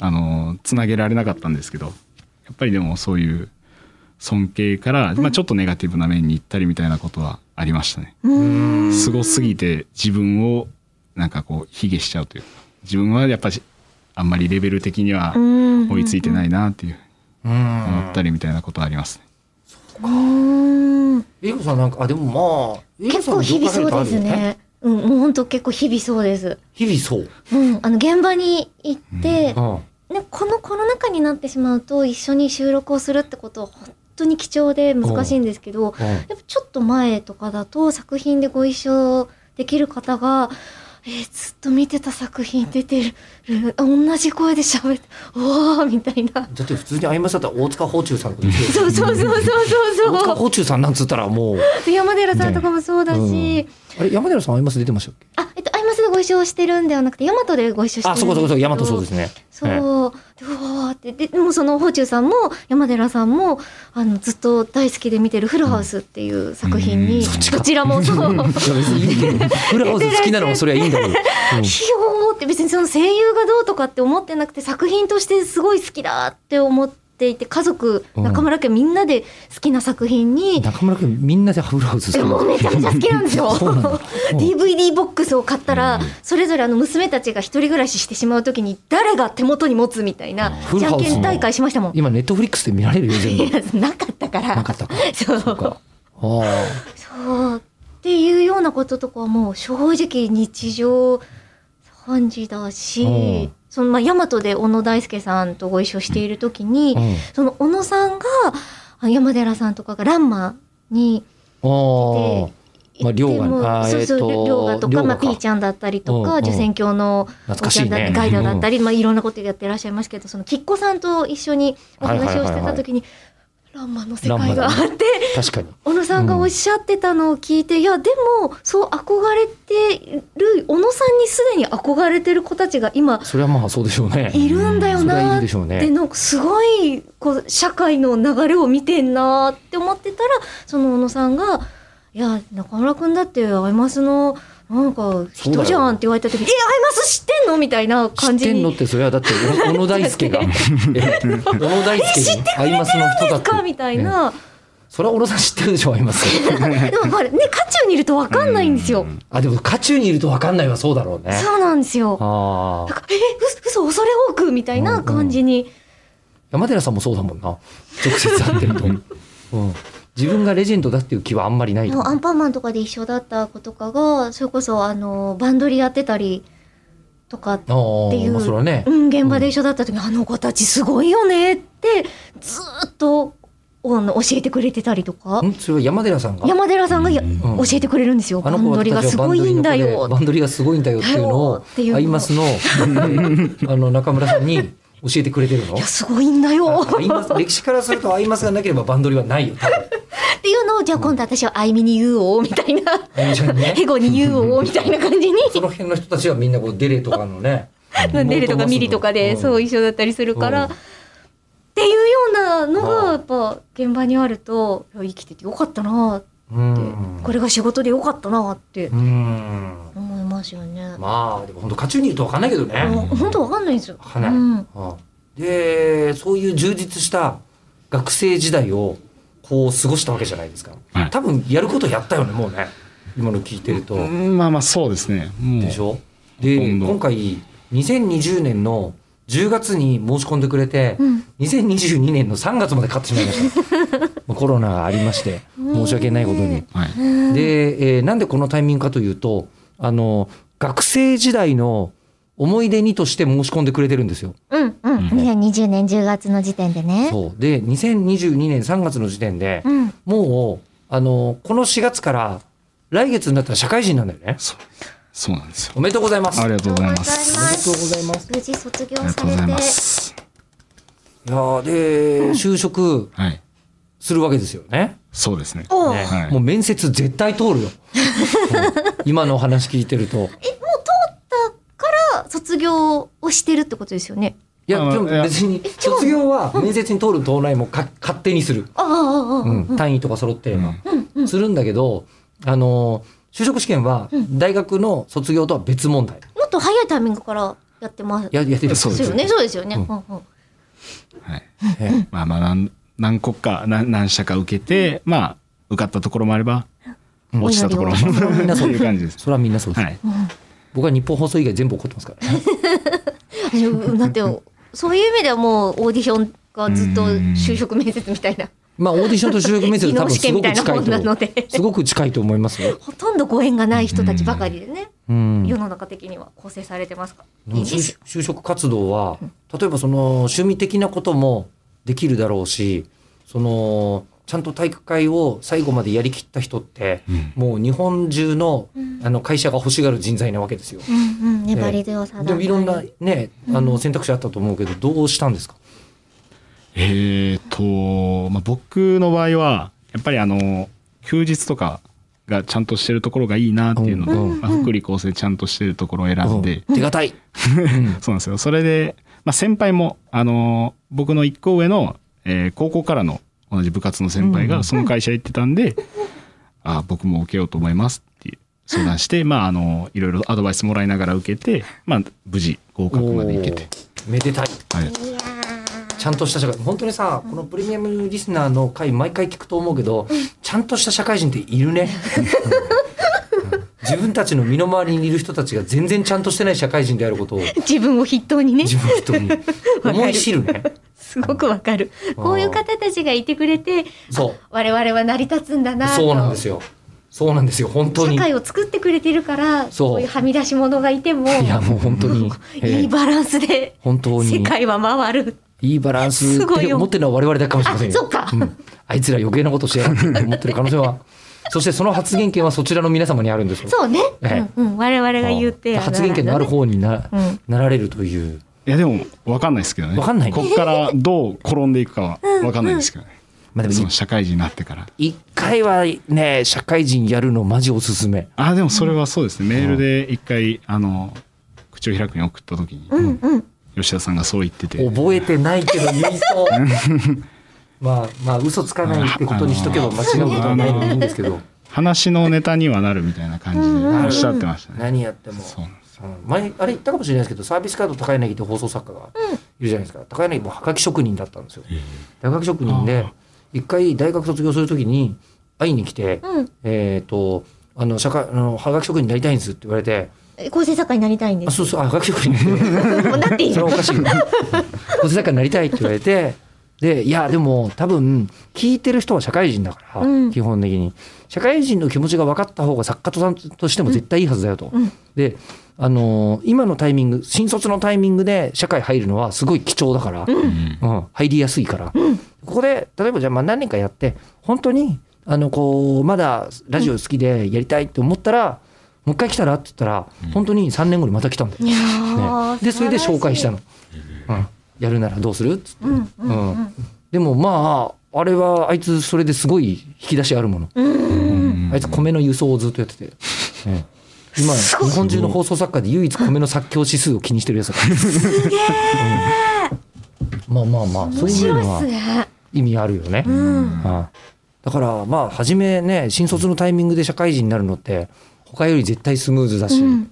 C: あのつなげられなかったんですけどやっぱりでもそういう尊敬から、まあ、ちょっとネガティブな面に行ったりみたいなことはありましたね。
B: うん
C: すごすぎて自分をなんかこう卑下しちゃうというか自分はやっぱしあんまりレベル的には
B: うん
C: 追いついてないなっていう
A: う
C: 思
A: ん
C: ったりみたいなことはありますね。
B: うん
A: えりこさんなんか、あ、でもまあ、えりこ
B: 結
A: さん
B: 構
A: も業
B: 日
A: 界
B: 々そ
A: 入
B: う
A: るとあ
B: で
A: るよ
B: す。ね。うん、もう本当結構日々そうです。
A: 日々そう。
B: うん、あの現場に行って、
A: うん
B: ね、このコロナ禍になってしまうと一緒に収録をするってことは本当に貴重で難しいんですけど、
A: うん
B: やっぱちょっと前とかだと作品でご一緒できる方が、えーずっと見てた作品出てる、同じ声で喋って、おーみたいな。
A: だって普通にアイマスだったら大塚芳忠さんとかですよ
B: そうそうそうそう
A: 大
B: そ
A: 塚
B: うそ
A: 芳忠さんなんつったらもう
B: う。山寺さんとかもそうだし、
A: ねあれ山寺さんアイマス出てましたっけ
B: あ、えっと、アイマスでご一緒してるんではなくて、ヤマトでご一緒してるん。
A: あそうかそうかそうか大和そうですすね
B: そう、
A: ええ
B: でうわーってででもその芳忠さんも山寺さんもあのずっと大好きで見てる「フルハウス」っていう作品
C: うん
B: に
A: そっちか
B: どちらもそう
A: いや別にいいけどフラハウス好きなのはそれはいいんだけど、うん
B: ひよーって別にその声優がどうとかって思ってなくて作品としてすごい好きだって思っていて家族
A: うん
B: 中村家みんなで好きな作 品に、
A: 中村君みんなでフルハウス好き
B: え
A: な
B: もうめ ちゃめちゃ好きなんですよ。
A: そうなんだ
B: DVD ボックスを買ったら、
A: うん
B: それぞれあの娘たちが一人暮らししてしまうときに誰が手元に持つみたいな
A: フ
B: じ
A: ル
B: ゃ
A: ハ
B: ん
A: ウス
B: けん大会しましたもん。い
A: 今ネットフリックスで見られるよ全部
B: や なかったから
A: なかったか
B: そう
A: そうかあ
B: そうっていうようなこととかはもう正直日常感じだ
A: う
B: し
A: ん
B: そのまあ大和で小野大輔さんとご一緒している時に、
A: あ、うん、
B: その小野さんがあ山寺さんとかが「ランマ」に
A: ああまあ
B: 行って
A: 龍
B: も
A: 河あー
B: そうそ
A: えー
B: う
A: と
B: 龍河と
A: 龍
B: か、
A: 河
B: まあ、
A: か
B: ピーちゃんだったりと
A: うんう
B: か
A: ん
B: 受選教のお
A: 懐
B: ば
A: か
B: ちゃ
A: し
B: ん
A: い
B: だったり
A: ね
B: ガイドだったり、まあ、いろんなことやってらっしゃいますけどそのきっこさんと一緒にお話をしてた時に「ランマ」の世界があ
A: ランマだ
B: って
A: うん確かに
B: 小野さんがおっしゃってたのを聞いて、いやでもそう憧れてる小野さんにすでに憧れてる子たちが今
A: それはまあそうでしょうね
B: いるんだよ
A: それはいる
B: なー
A: で
B: っ
A: しょうね
B: てのすごいこう社会の流れを見てんなーって思ってたらその小野さんが「いや中村君だってアイマスのなんか人じゃん」って言われた時に「えアイマス知ってんの?」みたい
A: 知
B: な
A: っ
B: 感
A: て
B: じ
A: んのっ
B: に。
A: てそれはだってお小野大輔 がえ小野大輔にアイマスの人だって
B: かみたいな、
A: それは小野さん知ってるでしょアイ マス
B: でもこれね渦中にいるとわかんないんですよ、
A: あでも渦中にいると分かんないはそうだろうね
B: そうなんですよ
A: あ
B: なん
A: あ
B: か、え、嘘、嘘、恐れ多くみたいな感じに。
A: 山寺さんもそうだもんな直接会ってると、うん、自分がレジェンドだっていう気はあんまりない
B: あのアンパンマンとかで一緒だった子とかが、それこそ、あの、バンドリやってたりとか、
A: あー
B: っていう
A: まあ、それはね、
B: うん、現場で一緒だった時に、あの子たちすごいよねって、ずーっと、あの教えてくれてたりとか
A: ん、、それは山寺さんが
B: 山寺さんがや、教えてくれるんですよ。
A: あ
B: バ
A: の
B: ン
A: 子
B: ド
A: た
B: リ
A: ち
B: が
A: は
B: す
A: バ
B: ご
A: ンド
B: い
A: リ
B: ん
A: の子
B: だ
A: で
B: よ。
A: バンドリがすごいんだよっていうの
B: だよ
A: を
B: っていうのを
A: アイマスの あの中村さんに教えてくれてるの
B: いや、すごいんだよ。
A: あアイマス歴史からするとアイマスがなければバンドリはないよ多分
B: っていうのを、じゃあ今度私はあいみに言うおう、みたいな。
A: あゆみちゃんに ね
B: ヘゴに言うおう、みたいな感じに。
A: その辺の人たちはみんなこうデレとかのね
B: デレとかミリとかで、そう
A: い
B: 一緒だったりするから、っていうようなのがやっぱ現場にあるといや生きててよかったなって
A: うん
B: これが仕事でよかったなって
A: うん
B: 思いますよね。
A: まあでも本当家中にいると分かんないけどね、
B: もう本当わかんないんですよ。
A: わかんない
B: うん
A: はいでそういう充実した学生時代をこう過ごしたわけじゃないですか、
C: はい
A: 多分やることやったよねもうね今の聞いてると、
C: うんまあまあそうですね。もう
A: でしょで
C: ほとんど
A: 今回2020年の10月に申し込んでくれて、
B: うん
A: 2022年の3月まで買ってしまいました コロナがありまして申し訳ないことに。
C: はい。
B: うん
A: で、えーなんでこのタイミングかというとあの学生時代の思い出にとして申し込んでくれてるんですよ。
B: うんうん。2020年10月の時点でね。
A: そうで2022年3月の時点で、
B: うん。
A: もうあのこの4月から来月になったら社会人なんだよね。
C: そうそうなんですよ。
A: おめでとうございます。
C: ありがとうございま
B: おめ
C: す。
B: でとうござい
A: ます。
B: 無事卒業
C: ありが
B: さ
C: とう
B: れ
C: ございま
B: て。
C: す。
A: いやーで、就職
C: はい。
A: するわけですよね。
C: そうですね。
B: おう
A: ね
C: はい
A: もう面接絶対通るよ。今のお話聞いてると。
B: から卒業をしてるってことですよね。
A: いや、
C: あ
A: でも
C: いや
A: 別に、卒業は面接に通る通らないもか勝手にする。
B: ああああああ。う
A: うんん、単位とか揃ってれば。
B: うんうん。
A: するんだけど、あのー、就職試験は大学の卒業とは別問題。
B: もっと早いタイミングからやってます。
A: や、やってる
C: そう
B: ですよね。そうですよね。
A: う
B: うんんうん。
C: はい。
A: ね
C: まあまあ何何個か何何社か受けて、まあ受かったところもあれば
A: うん
C: 落ちたところもあ
A: みん
C: る
A: なそ
C: そうういう感じです。
A: それはみんなそうです。
C: はい。
A: 僕は日本放送以外全部怒ってますからね。
B: うんだってそういう意味ではもうオーディションがずっと就職面接みたいな
A: まあ、オーディションと就職面接
B: 技
A: 多
B: 能
A: 分
B: 試
A: す
B: 験
A: ご
B: みた
A: く
B: いな
A: 近
B: も
A: い
B: んなの
A: と、
B: で
A: すごく近いと思いますよ。
B: ほとんどご縁がない人たちばかりでね、
A: うん。
B: 世の中的には構成されてますから、いいです
A: 就
B: よ。
A: 就職活動は、例えばその趣味的なこともできるだろうし、その、ちゃんと体育会を最後までやりきった人って、
C: うん
A: もう日本中の
B: うん
A: あの会社が欲しがる人材なわけですよ。
B: うんうん、粘り強さだった
A: でも
B: り
A: いろんなね、あの選択肢あったと思うけど、どうしたんですか
C: えーと、まあ、僕の場合は、やっぱりあの、休日とかがちゃんとしてるところがいいなっていうので、
A: うん
C: まあ、福利厚生ちゃんとしてるところを選んで、
A: うん手堅い。
C: そうなんですよ。それで、まあ、先輩も、あの、僕の一個上の、えー高校からの同じ部活の先輩
A: うん
C: がその会社行ってたんで、あ僕も受けようと思いますって相談して、まあ、あの、いろいろアドバイスもらいながら受けて、まあ、無事合格まで行けて。
A: おーめでたい。
C: ありがとう
B: いや
A: ちゃんとした社会。本当にさ、このプレミアムリスナーの回毎回聞くと思うけど、ちゃんとした社会人っている ね。うん自分たちの身の回りにいる人たちが全然ちゃんとしてない社会人であることを
B: ー自分を筆頭にね
A: 自分の 人に思い知るね。
B: すごくわかる
A: あー
B: こういう方たちがいてくれて
A: そう。
B: 我々は成り立つんだなと
A: そうなんですよ。そうなんですよ。本当
B: 社
A: に。い
B: 会を作ってくれてるから
A: そう
B: こういうはみ出し物がいても
A: や、もう本当に。え
B: いい
A: え
B: バランスで
A: 本当に
B: 世界は回る
A: いいバランス
B: すごい
A: って
B: よ
A: 思ってるのは我々だけかもしれませんよ。
B: あそっか
A: んあいつら余計なことしてやがってって思ってる可能性は。そしてその発言権はそちらの皆様にあるんですよ。
B: そうね、
A: ええ
B: うんうん、我々が言って
A: あ発言権のある方にな,、
B: うん
A: なられるという。
C: いやでも分かんないですけどね
A: わかんないね
C: こっからどう転んでいくかは分かんないですけどね、
A: まあで
C: そ
A: も
C: の社会人になってから
A: 一回はね社会人やるのマジおすすめ。
C: あでもそれはそうですね、メールで一回あの口を開くに送った時に、
B: うんうん
C: 吉田さんがそう言ってて
A: 覚えてないけど言いそう。まあまあ嘘つかないってことにしとけば間違うことはないのでいいんですけど。
C: 話のネタにはなるみたいな感じでおっしゃってましたね、
A: 何やっても。
C: そうなんです
A: うん前あれ言ったかもしれないですけどサービスカード高柳って放送作家がいるじゃないですか、高柳もはがき職人だったんですよ、大学職人で一回大学卒業するときに会いに来て、
B: うん
A: えっ、とあの社会あのはがき職人になりたいんですって言われて
B: え構成作家になりたいんで
A: あ
B: す
A: そうそうあはがき職人って
B: もうなってい い
A: それ
B: の
A: はおかしいよ。小手坂になりたいって言われて、で、いや、でも多分、聞いてる人は社会人だから、
B: うん
A: 基本的に。社会人の気持ちが分かった方が作家とさんとしても絶対いいはずだよと。
B: うん
A: で、あのー今のタイミング、新卒のタイミングで社会入るのはすごい貴重だから、うん、入りやすいから。ここで、例えばじゃあまあ何年かやって、本当に、あの、こう、まだラジオ好きでやりたいって思ったら、もう一回来たらって言ったら、本当に3年後にまた来たんだよ
B: いやー
A: ね、でそれで紹介したの、うん、やるならどうするっつって、
B: うんうんうん
A: うんでもまああれはあいつそれですごい引き出しあるもの、
C: うん
A: あいつ米の輸送をずっとやってて、ええ今
B: すごい
A: 日本中の放送作家で唯一米の作況指数を気にしてるやつだから、まあまあまあ、そう
B: 面
A: いう
B: 白
A: の
B: いっ
A: は
B: すね。
A: 意味あるよね。
B: うん。
A: はいだからまあ初めね新卒のタイミングで社会人になるのって他より絶対スムーズだし、
B: う
A: うん
B: ん。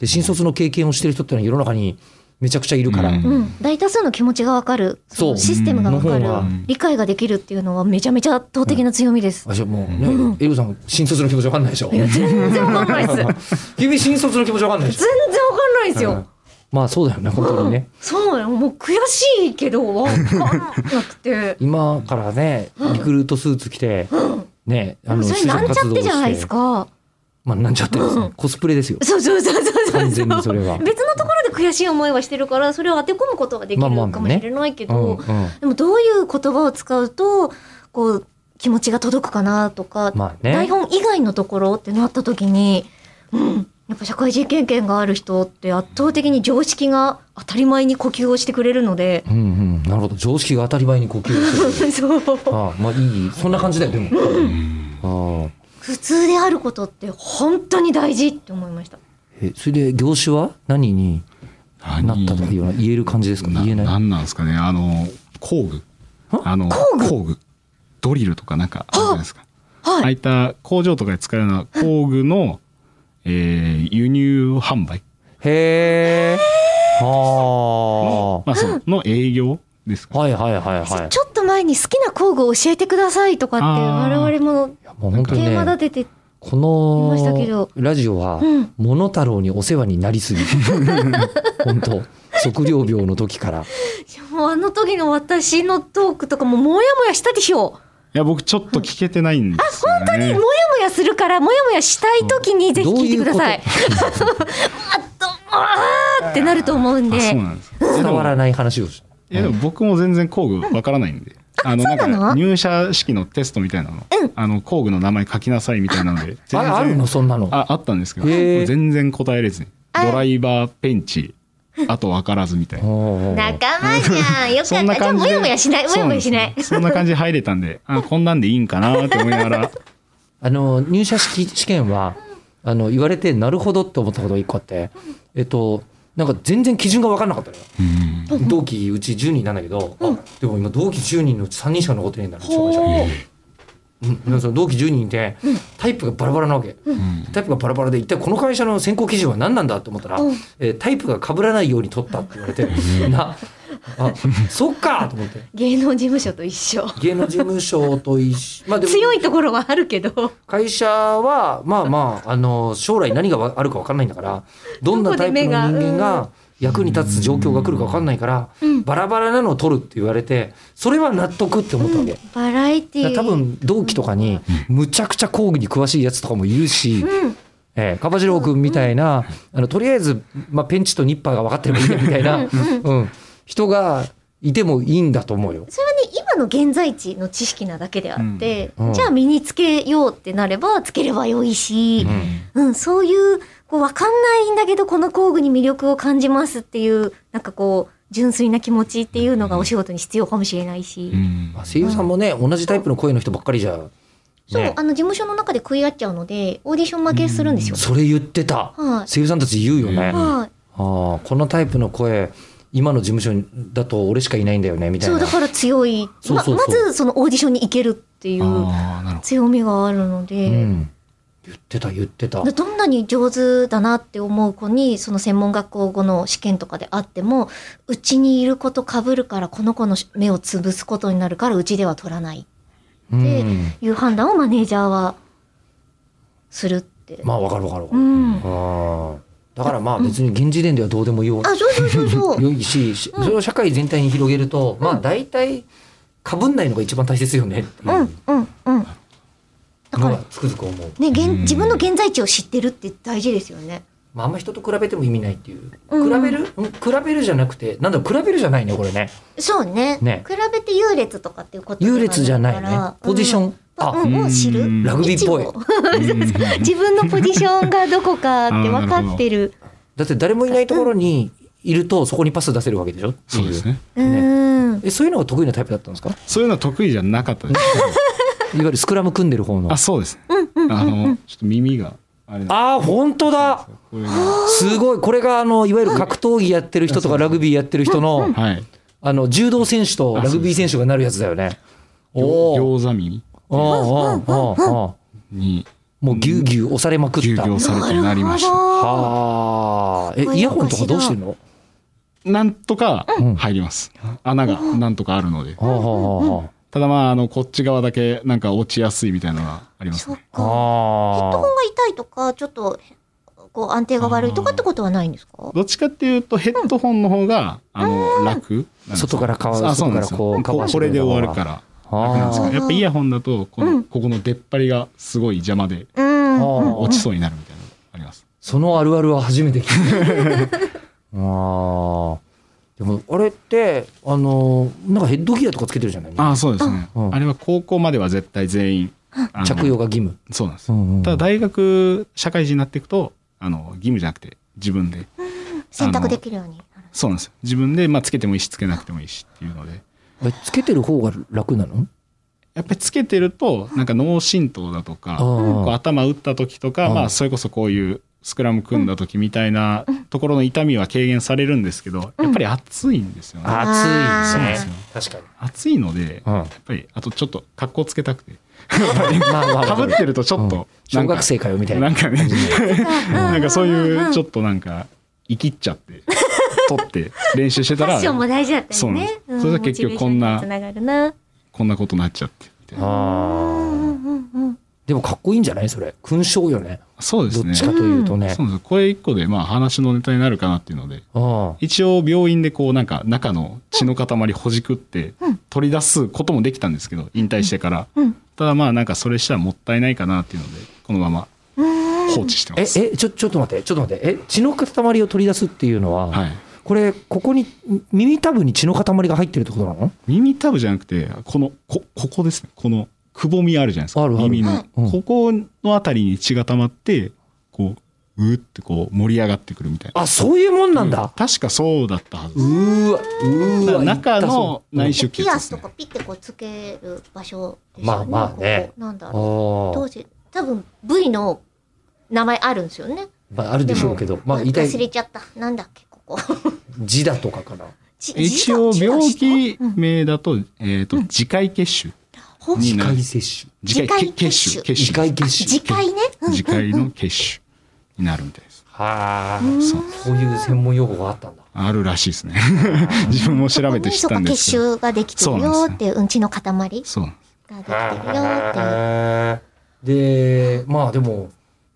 A: で新卒の経験をしてる人ってのは世の中にめちゃくちゃいるから、
C: うん
B: うん。大多数の気持ちがわかる。そ
A: そう
B: のシステムがわか
A: うん
B: る
A: の方が。
B: 理解ができるっていうのはめちゃめちゃ圧倒的な強みです。
A: 私はもうね、
B: うん
A: エルさん新卒の気持ちわかんないでしょ
B: 全然わかんないです。全然わか
A: 君新卒の気持ちわかんないでしょ
B: んないです
A: う
B: よ
A: ん。まあそうだよね本当にね。
B: そうよ。もう悔しいけど、わかんなくて
A: 今からねリクルートスーツ着て、ねあ
B: でも
A: の
B: それ
A: 就
B: なん
A: 職
B: ちゃ
A: 活
B: っ
A: 動
B: て
A: を
B: じゃないで
A: し
B: す
A: て
B: か。
A: まあなんちゃってですね、
B: うん
A: コスプレですよ
B: そうそうそうそうそう。
A: 完全にそれは
B: 別のところで悔しい思いはしてるから、それを当て込むことはでき
A: まあ
B: る
A: まあね
B: かもしれないけ
A: うんう
B: ど
A: ん、
B: でもどういう言葉を使うと、こう、気持ちが届くかなとか、
A: まあね
B: 台本以外のところってなった時に、うん、やっぱ社会人経験がある人って圧倒的に常識が当たり前に呼吸をしてくれるので、
A: うんうんなるほど常識が当たり前に呼吸をしてる
B: そう。
A: ああまあいいそんな感じだよでも。ああ
B: 普通であることって本当に大事って思いました。
A: えそれで業種は何になったとかいうのは言える感じですか
C: な
A: 言えない。
C: なんなんですかねあの工具あの
B: 工具
C: ドリルとかなんかあるじゃないですかあ
B: は
C: あ
B: い。
C: いった工場とかで使うような工具の、えー輸入販売
A: へえ。は
C: まあそのの営業です
A: あ。
C: か、
A: はいはいはいはい。
B: ちょっと前に好きな工具を教えてくださいとかって
C: あー
B: 我々も
A: いやもう本当
B: テ
A: に
B: ーマ
A: ね
B: 立てて、
A: こ
B: 言いましたけ
A: の
B: ど
A: ラジオは
B: うん
A: モノ太郎にお世話になり すぎ。本当食料病の時から。
B: もうあの時の私のトークとかももやもやしたでしょ
C: いや僕ちょっと聞けてないんですよ、ね、本当に
B: もやもやするから、もやもやしたい時にぜひ聞いてください。
A: ど
B: あっと、あーってなると思うん
C: あそ
B: で。
C: うなんですいやで
A: 伝わら
C: も
A: ない話をし。
C: いやでも僕も全然工具わからないんで、あの
B: そうなの
C: か入社式のテストみたいなの,、
B: うん
C: あの工具の名前書きなさいみたいなので
A: あれあるのそんなの。
C: ああったんですけど
A: へー
C: 全然答えれずに
B: あ
C: ドライバーペンチあと分からずみたいな。
A: おー
B: 仲間じゃん。よかった。
C: そん
B: じ
C: な
B: ゃあ、
C: 感じ
B: も
C: で
B: やもやしない。もやもやしな
C: そう
B: い
C: んで。すよそんな感じで入れたんで、あ、こんなんでいいんかなって思いながら。
A: あの入社式試験はあの言われてなるほどって思ったことが一個あって、えっとなんか全然基準が分かんなかったのよ。同期うち10人なんだけど、あでも今同期10人のうち3人しか残ってないんだな
B: ほ
A: 障
B: う
A: 害者うん、でもその同期10人ってタイプがバラバラなわけ、タイプがバラバラで一体この会社の選考基準は何なんだと思ったら、
B: うん
A: えータイプが被らないように取ったって言われて、なあそっかと思って
B: 芸能事務所と一緒。
A: 芸能事務所と一緒、まあ、でも
B: 強いところはあるけど、
A: 会社はまあまああの将来何があるか分かんないんだからどんなタイプの人
B: どこで
A: 間
B: 目が
A: が役に立つ状況が来るか分かんないから
B: うん
A: バラバラなのを取るって言われてそれは納得って思ったわけ。
B: バラエティ
A: だ
B: ー。
A: から多分同期とかにむちゃくちゃ講義に詳しいやつとかもいるし、
B: うん。
A: えー、かばじろうくんみたいなあのとりあえず、まあ、ペンチとニッパーが分かってればいいやみたいな、うん、人がいてもいいんだと思うよ。
B: それはね、今の現在地の知識なだけであって、
A: うんうん
B: じゃあ身につけようってなれば、つければよいし、
A: ん
B: うん、そういう、こう、わかんないんだけど、この工具に魅力を感じますっていう、なんかこう、純粋な気持ちっていうのがお仕事に必要かもしれないし。
C: うん
A: まあ、声優さんもね同じタイプの声の人ばっかりじゃ、ね、
B: そう、あの、事務所の中で食い合っちゃうので、オーディション負けするんですよ。
A: それ言ってた、
B: はい
A: 声優さんたち言うよね、
C: うん
A: あ
B: は
A: あ
B: い、
A: このタイプの声今の事務所だと俺しかいないんだよねみたい
B: そ
A: な
B: う、だから強い。
A: そうそうそう
B: ま、まずそのオーディションに行けるっていう
C: ああ、なるほ
B: 強みがあるので。
A: うん、言ってた言ってた
B: でどんなに上手だなって思う子にその専門学校後の試験とかであってもうちにいる子と被るからこの子の目を潰すことになるからうちでは取らないって
A: うん
B: いう判断をマネージャーはするって。
A: まあわかるわかるわか
B: う
A: る、
B: ん、
A: ああだからまあ別に現時点ではどうでもよ
B: あそうそうそうそ う。
A: 良いししそれを社会全体に広げると、まあ大体かぶんないのが一番大切よねっていう
B: うんうんうん。だ
A: の
B: から
A: がつくづく思う、
B: ね現自分の現在地を知ってるって大事ですよね。
A: まあ、あんま人と比べても意味ないっていう比
B: うん
A: べる、うん比べるじゃなくてなんだろう比べるじゃないねこれね
B: そうね。
A: ね
B: 比べて優劣とかっていうことでは
A: 優劣じゃない
B: から
A: ねポジション、
B: うん
A: あ、
B: うんを知
C: う
B: る
C: ん
A: ラグビーっぽい
B: 位置を
C: ど。うん
B: 自分のポジションがどこかって分かってる。
A: だって誰もいないところにいるとそこにパス出せるわけでしょってい
C: そうですね。
B: う
A: るほど
B: ん。
A: えそういうのが得意なタイプだったんですかいわ
C: そういうのは得意じゃなかったです。
A: ゆるスクラム組んでる方の
C: あ、そうですね。あの、ちょっと耳が、あれなんで
A: あー本当だ
C: すよこれが
A: すごいこれがあのいわゆる格闘技やってる人とかラグビーやってる人の
C: はい。
A: あの、柔道選手とラグビー選手がなるやつだよね。おお。
C: 餃子身
A: ああ、ああ、ああ。
C: に
A: もうぎゅうぎゅう押されまくっ
C: 牛
A: た。
C: 業されてなりまし
B: な
C: た。
B: るほど
A: はあ。え
B: こ、れ
A: イヤホンとかどうしてんの
C: なんとか
A: うん
C: 入ります。穴がなんとかあるので。
A: はあはあは
C: ただまあ、あの、こっち側だけなんか落ちやすいみたいなのがありま
B: そ
C: す
B: っ
C: ね。
A: あ
B: か。ヘッドホン
A: はあ。
B: が痛いとか、ちょっと、こう、安定が悪いとかってことはないんですか
C: どっちかっていうとヘッドホンの方が、あの、楽なんですよ
A: 外からかわ
C: あそうなんです
A: 外から
C: よ
A: こうカバー
C: こ
A: して
C: こ
A: くれる
C: れで
A: 方が
C: 終わるから。楽なんです
A: は
C: け
A: あ
C: どやっぱイヤホンだと、こ
B: う
C: の、
B: ん
C: ここの出っ張りがすごい邪魔で
B: うん。
A: あ
C: 落ちそうになるみたいなのがあります。
A: そのあるあるは初めて聞い た。ああ。でも、あれって、あの、なんかヘッドギアとかつけてるじゃない
C: ああ、そうですね。
A: うん
C: あれは高校までは絶対全員。あの
A: 着用。が義務。
C: そうなんです。
A: うんうん
C: ただ大学社会人になっていくとあの義務じゃなくて自分で
B: 選択できるようになる。
C: そうなんですよ自分で、まあ、つけてもいいしつけなくてもいいしっていうので
A: えつけてる方が楽なの
C: やっぱりつけてるとなんか脳震盪だとか
A: あー
C: こう頭打った時とか、
A: うん
C: まあ、それこそこういうスクラム組んだ時みたいなところの痛みは軽減されるんですけどやっぱり暑いんですよね。
B: あー
A: 暑いね
C: そう
A: 確かに。
C: 暑いので、
A: うん
C: やっぱりあとちょっと格好つけたくて
A: まあまあ
C: かぶってるとちょっと、
A: うん小学生かよみたいな
C: なんかね
B: うん
C: なんかそう
B: うんう
C: い
B: ん
C: うちょっとなんか生きっち ゃって取って練習して
B: フ
C: た
B: ァ
C: ら
B: ッションも大事だったりね。
C: そうなんですそれで結局こんな
B: つながるな。
C: こんなことになっちゃってみたいな
B: うんう
A: あ
B: んうんうん。
A: ーでもかっこいいんじゃないそれ勲章よね
C: そうです
A: どっ
C: ね
A: ち
C: そ
A: か
C: う
A: というとね、
C: なんですこれ一個でまあ話のネタになるかなっていうので
A: あ
C: 一応病院でこうなんか中の血の塊ほじくって
B: うん
C: 取り出すこともできたんですけど引退してから
B: うん
C: ただまあなんかそれしたらもったいないかなっていうのでこのまま
B: うん
C: 放置して
A: ー
C: ま
A: え
C: す
A: えちょちょっと待ってちょっと待ってえ血の塊を取り出すっていうのは、
C: はい
A: これここに耳たぶに血の塊が入ってるってことなの
C: 耳たぶじゃなくてこのこここですねこのくぼみあるじゃないですか
A: あるある
C: 耳の、
A: うん
C: ここのあたりに血が溜まってこううーってこう盛り上がってくるみたいな
A: あそういうもんなんだ、
C: 確かそうだったはず
A: う
C: です
A: ーわうーわ
C: 中の内
A: 緒
C: 出血
B: ピ
C: で
B: アス
C: す
B: と
C: ね
B: かピッてこうつける場所ですよね。
A: まあまあね
B: ここなんだろう。
A: あ
B: 当時多分 V の名前あるんですよね。
A: あ、まあ、あるでしょうけどまあ痛
B: 忘れ
A: い
B: ちゃった。なんだっけここ。
A: 字だとかかな
B: ち
C: 一応
B: 字が
C: 病
B: 字
C: 気
B: が下うん
C: 名だと,、えーと
B: うん
C: 自戒血腫
B: ほ
C: に
A: 機
C: なる
A: 械摂取
C: 自
B: 自
C: 戒
B: 戒
C: 血
B: 血
C: 腫
B: 腫
C: 血
A: 機
C: 腫
A: 械摂取
B: 自戒ね。うん
C: 自戒の血腫になるみたいです
A: はあ
B: うん
A: そうそういう専門用語があったんだ
C: あるらしいですね自分も調べて知ったんですけど
B: そこにそこ結集ができてるよっていううんちの塊ができて
C: そう
B: るよっていう。
A: へーでまあでも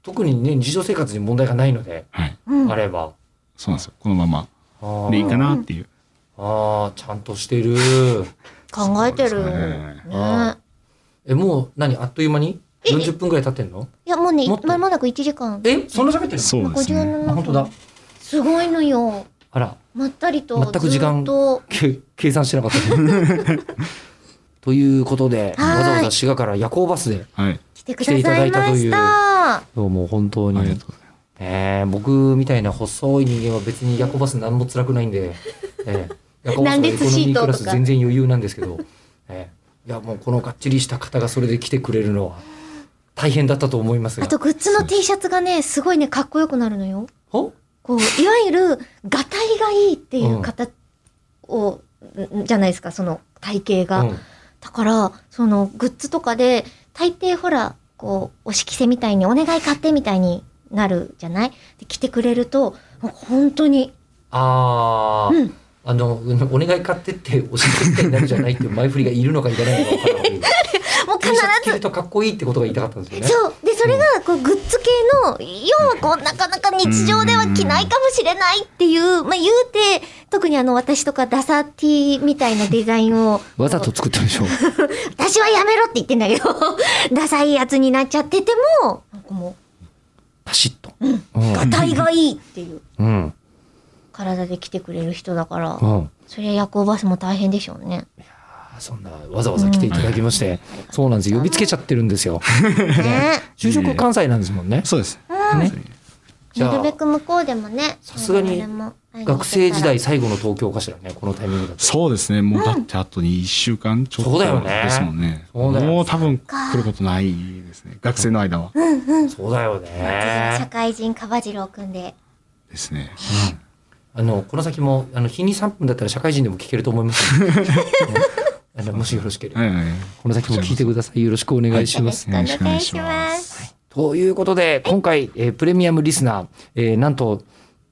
A: 特にね日常生活に問題がないので
C: はい
B: うん
A: あれば、
C: そうなんですよこのまま
A: あー
C: でいいかなっていう
A: あーちゃんとしてる
B: 考えてるよ。
C: そうです
B: ね
C: ね
A: えもう何あっという間に40分ぐらい経ってんの
B: いやもうね
A: もっと
B: まもなく一時間。
A: えそんな喋ってる
C: そうですね
A: のあ
B: 57
A: 本当だ
B: 分。すごいのよ。
A: あら
B: まったりと
A: 全く時間
B: ずっと
A: け計算してなかった ねということで
B: はーい
A: わざわざ滋賀から夜行バスで
C: はい
B: 来てくださいま
A: 来て
B: し
A: いた
B: た。
A: どうも本当に
C: ありがとうございます
A: えー僕みたいな細い人間は別に夜行バス何も辛くないん で、えー、夜行バスのエコノミークラス全然余裕なんですけど、えーいやもうこのがっちりした方がそれで来てくれるのは大変だったと思います
B: あ
A: が
B: とグッズの T シャツがねすごいねかっこよくなるのよ。
A: ほ
B: こういわゆるがたいがいいっていう方を、んじゃないですかその体型が、
A: うん
B: だからそのグッズとかで大抵ほらこう押し着せみたいに「お願い買って」みたいになるじゃないで来てくれるともう本当に
A: あー、
B: うん
A: あのお願い買ってっておし付けになるじゃないっていう前振りがいるのかいらないのか分からない
B: もう
A: T
B: 必
A: シャツ着
B: ず
A: るとかっこいいってことが言いたかったんですよね。
B: そうでそれがこうグッズ系の要はこうなかなか日常では着ないかもしれないっていうまあ言うて特にあの私とかダサ T みたいなデザインを
A: わざと作ったでしょ。
B: 私はやめろって言ってんだけど、 ダサいやつになっちゃってても、なんかも
A: パシッと。
B: う、がたいがいいっていう
A: うん。
B: 体で来てくれる人だから
A: う、ん。
B: そりゃ夜行バスも大変でしょ うね。
A: あそんなわざわざ来ていただきまして、そうなんですよ呼びつけちゃってるんですよ。
B: ね。
A: 就職は関西なんですもんね。
C: そうです
A: ねじゃ
B: な
A: あ
B: るべく向こうでもね、
A: さすがに
B: 我々も会いに行けたら
A: 学生時代。最後の東京かしらねこのタイミングだと。
C: そうですね。もうだってあと1週間ちょっ
A: そうだよ
C: と
A: ね
C: ですもんね。
A: そうだよ
C: もう多分来ることないですね。学生の間は。
A: そうだよ
B: 社
A: ね。
B: 会人、かばじろうくんで。
C: ですね。
A: あのこの先もあの日に3分だったら社会人でも聞けると思い ますので、ねあのもしよろしければ、
C: はいはい
A: この先も聞いてくださいよろしくお願いします。
B: よろしくお願いします。
A: ということで今回、えープレミアムリスナー、えーなんと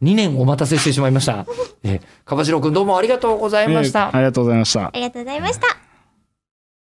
A: 2年お待たせしてしまいました。えー、かばしろくんどうもありがとうございました。
C: えーありがとうございました
B: ありがとうございました。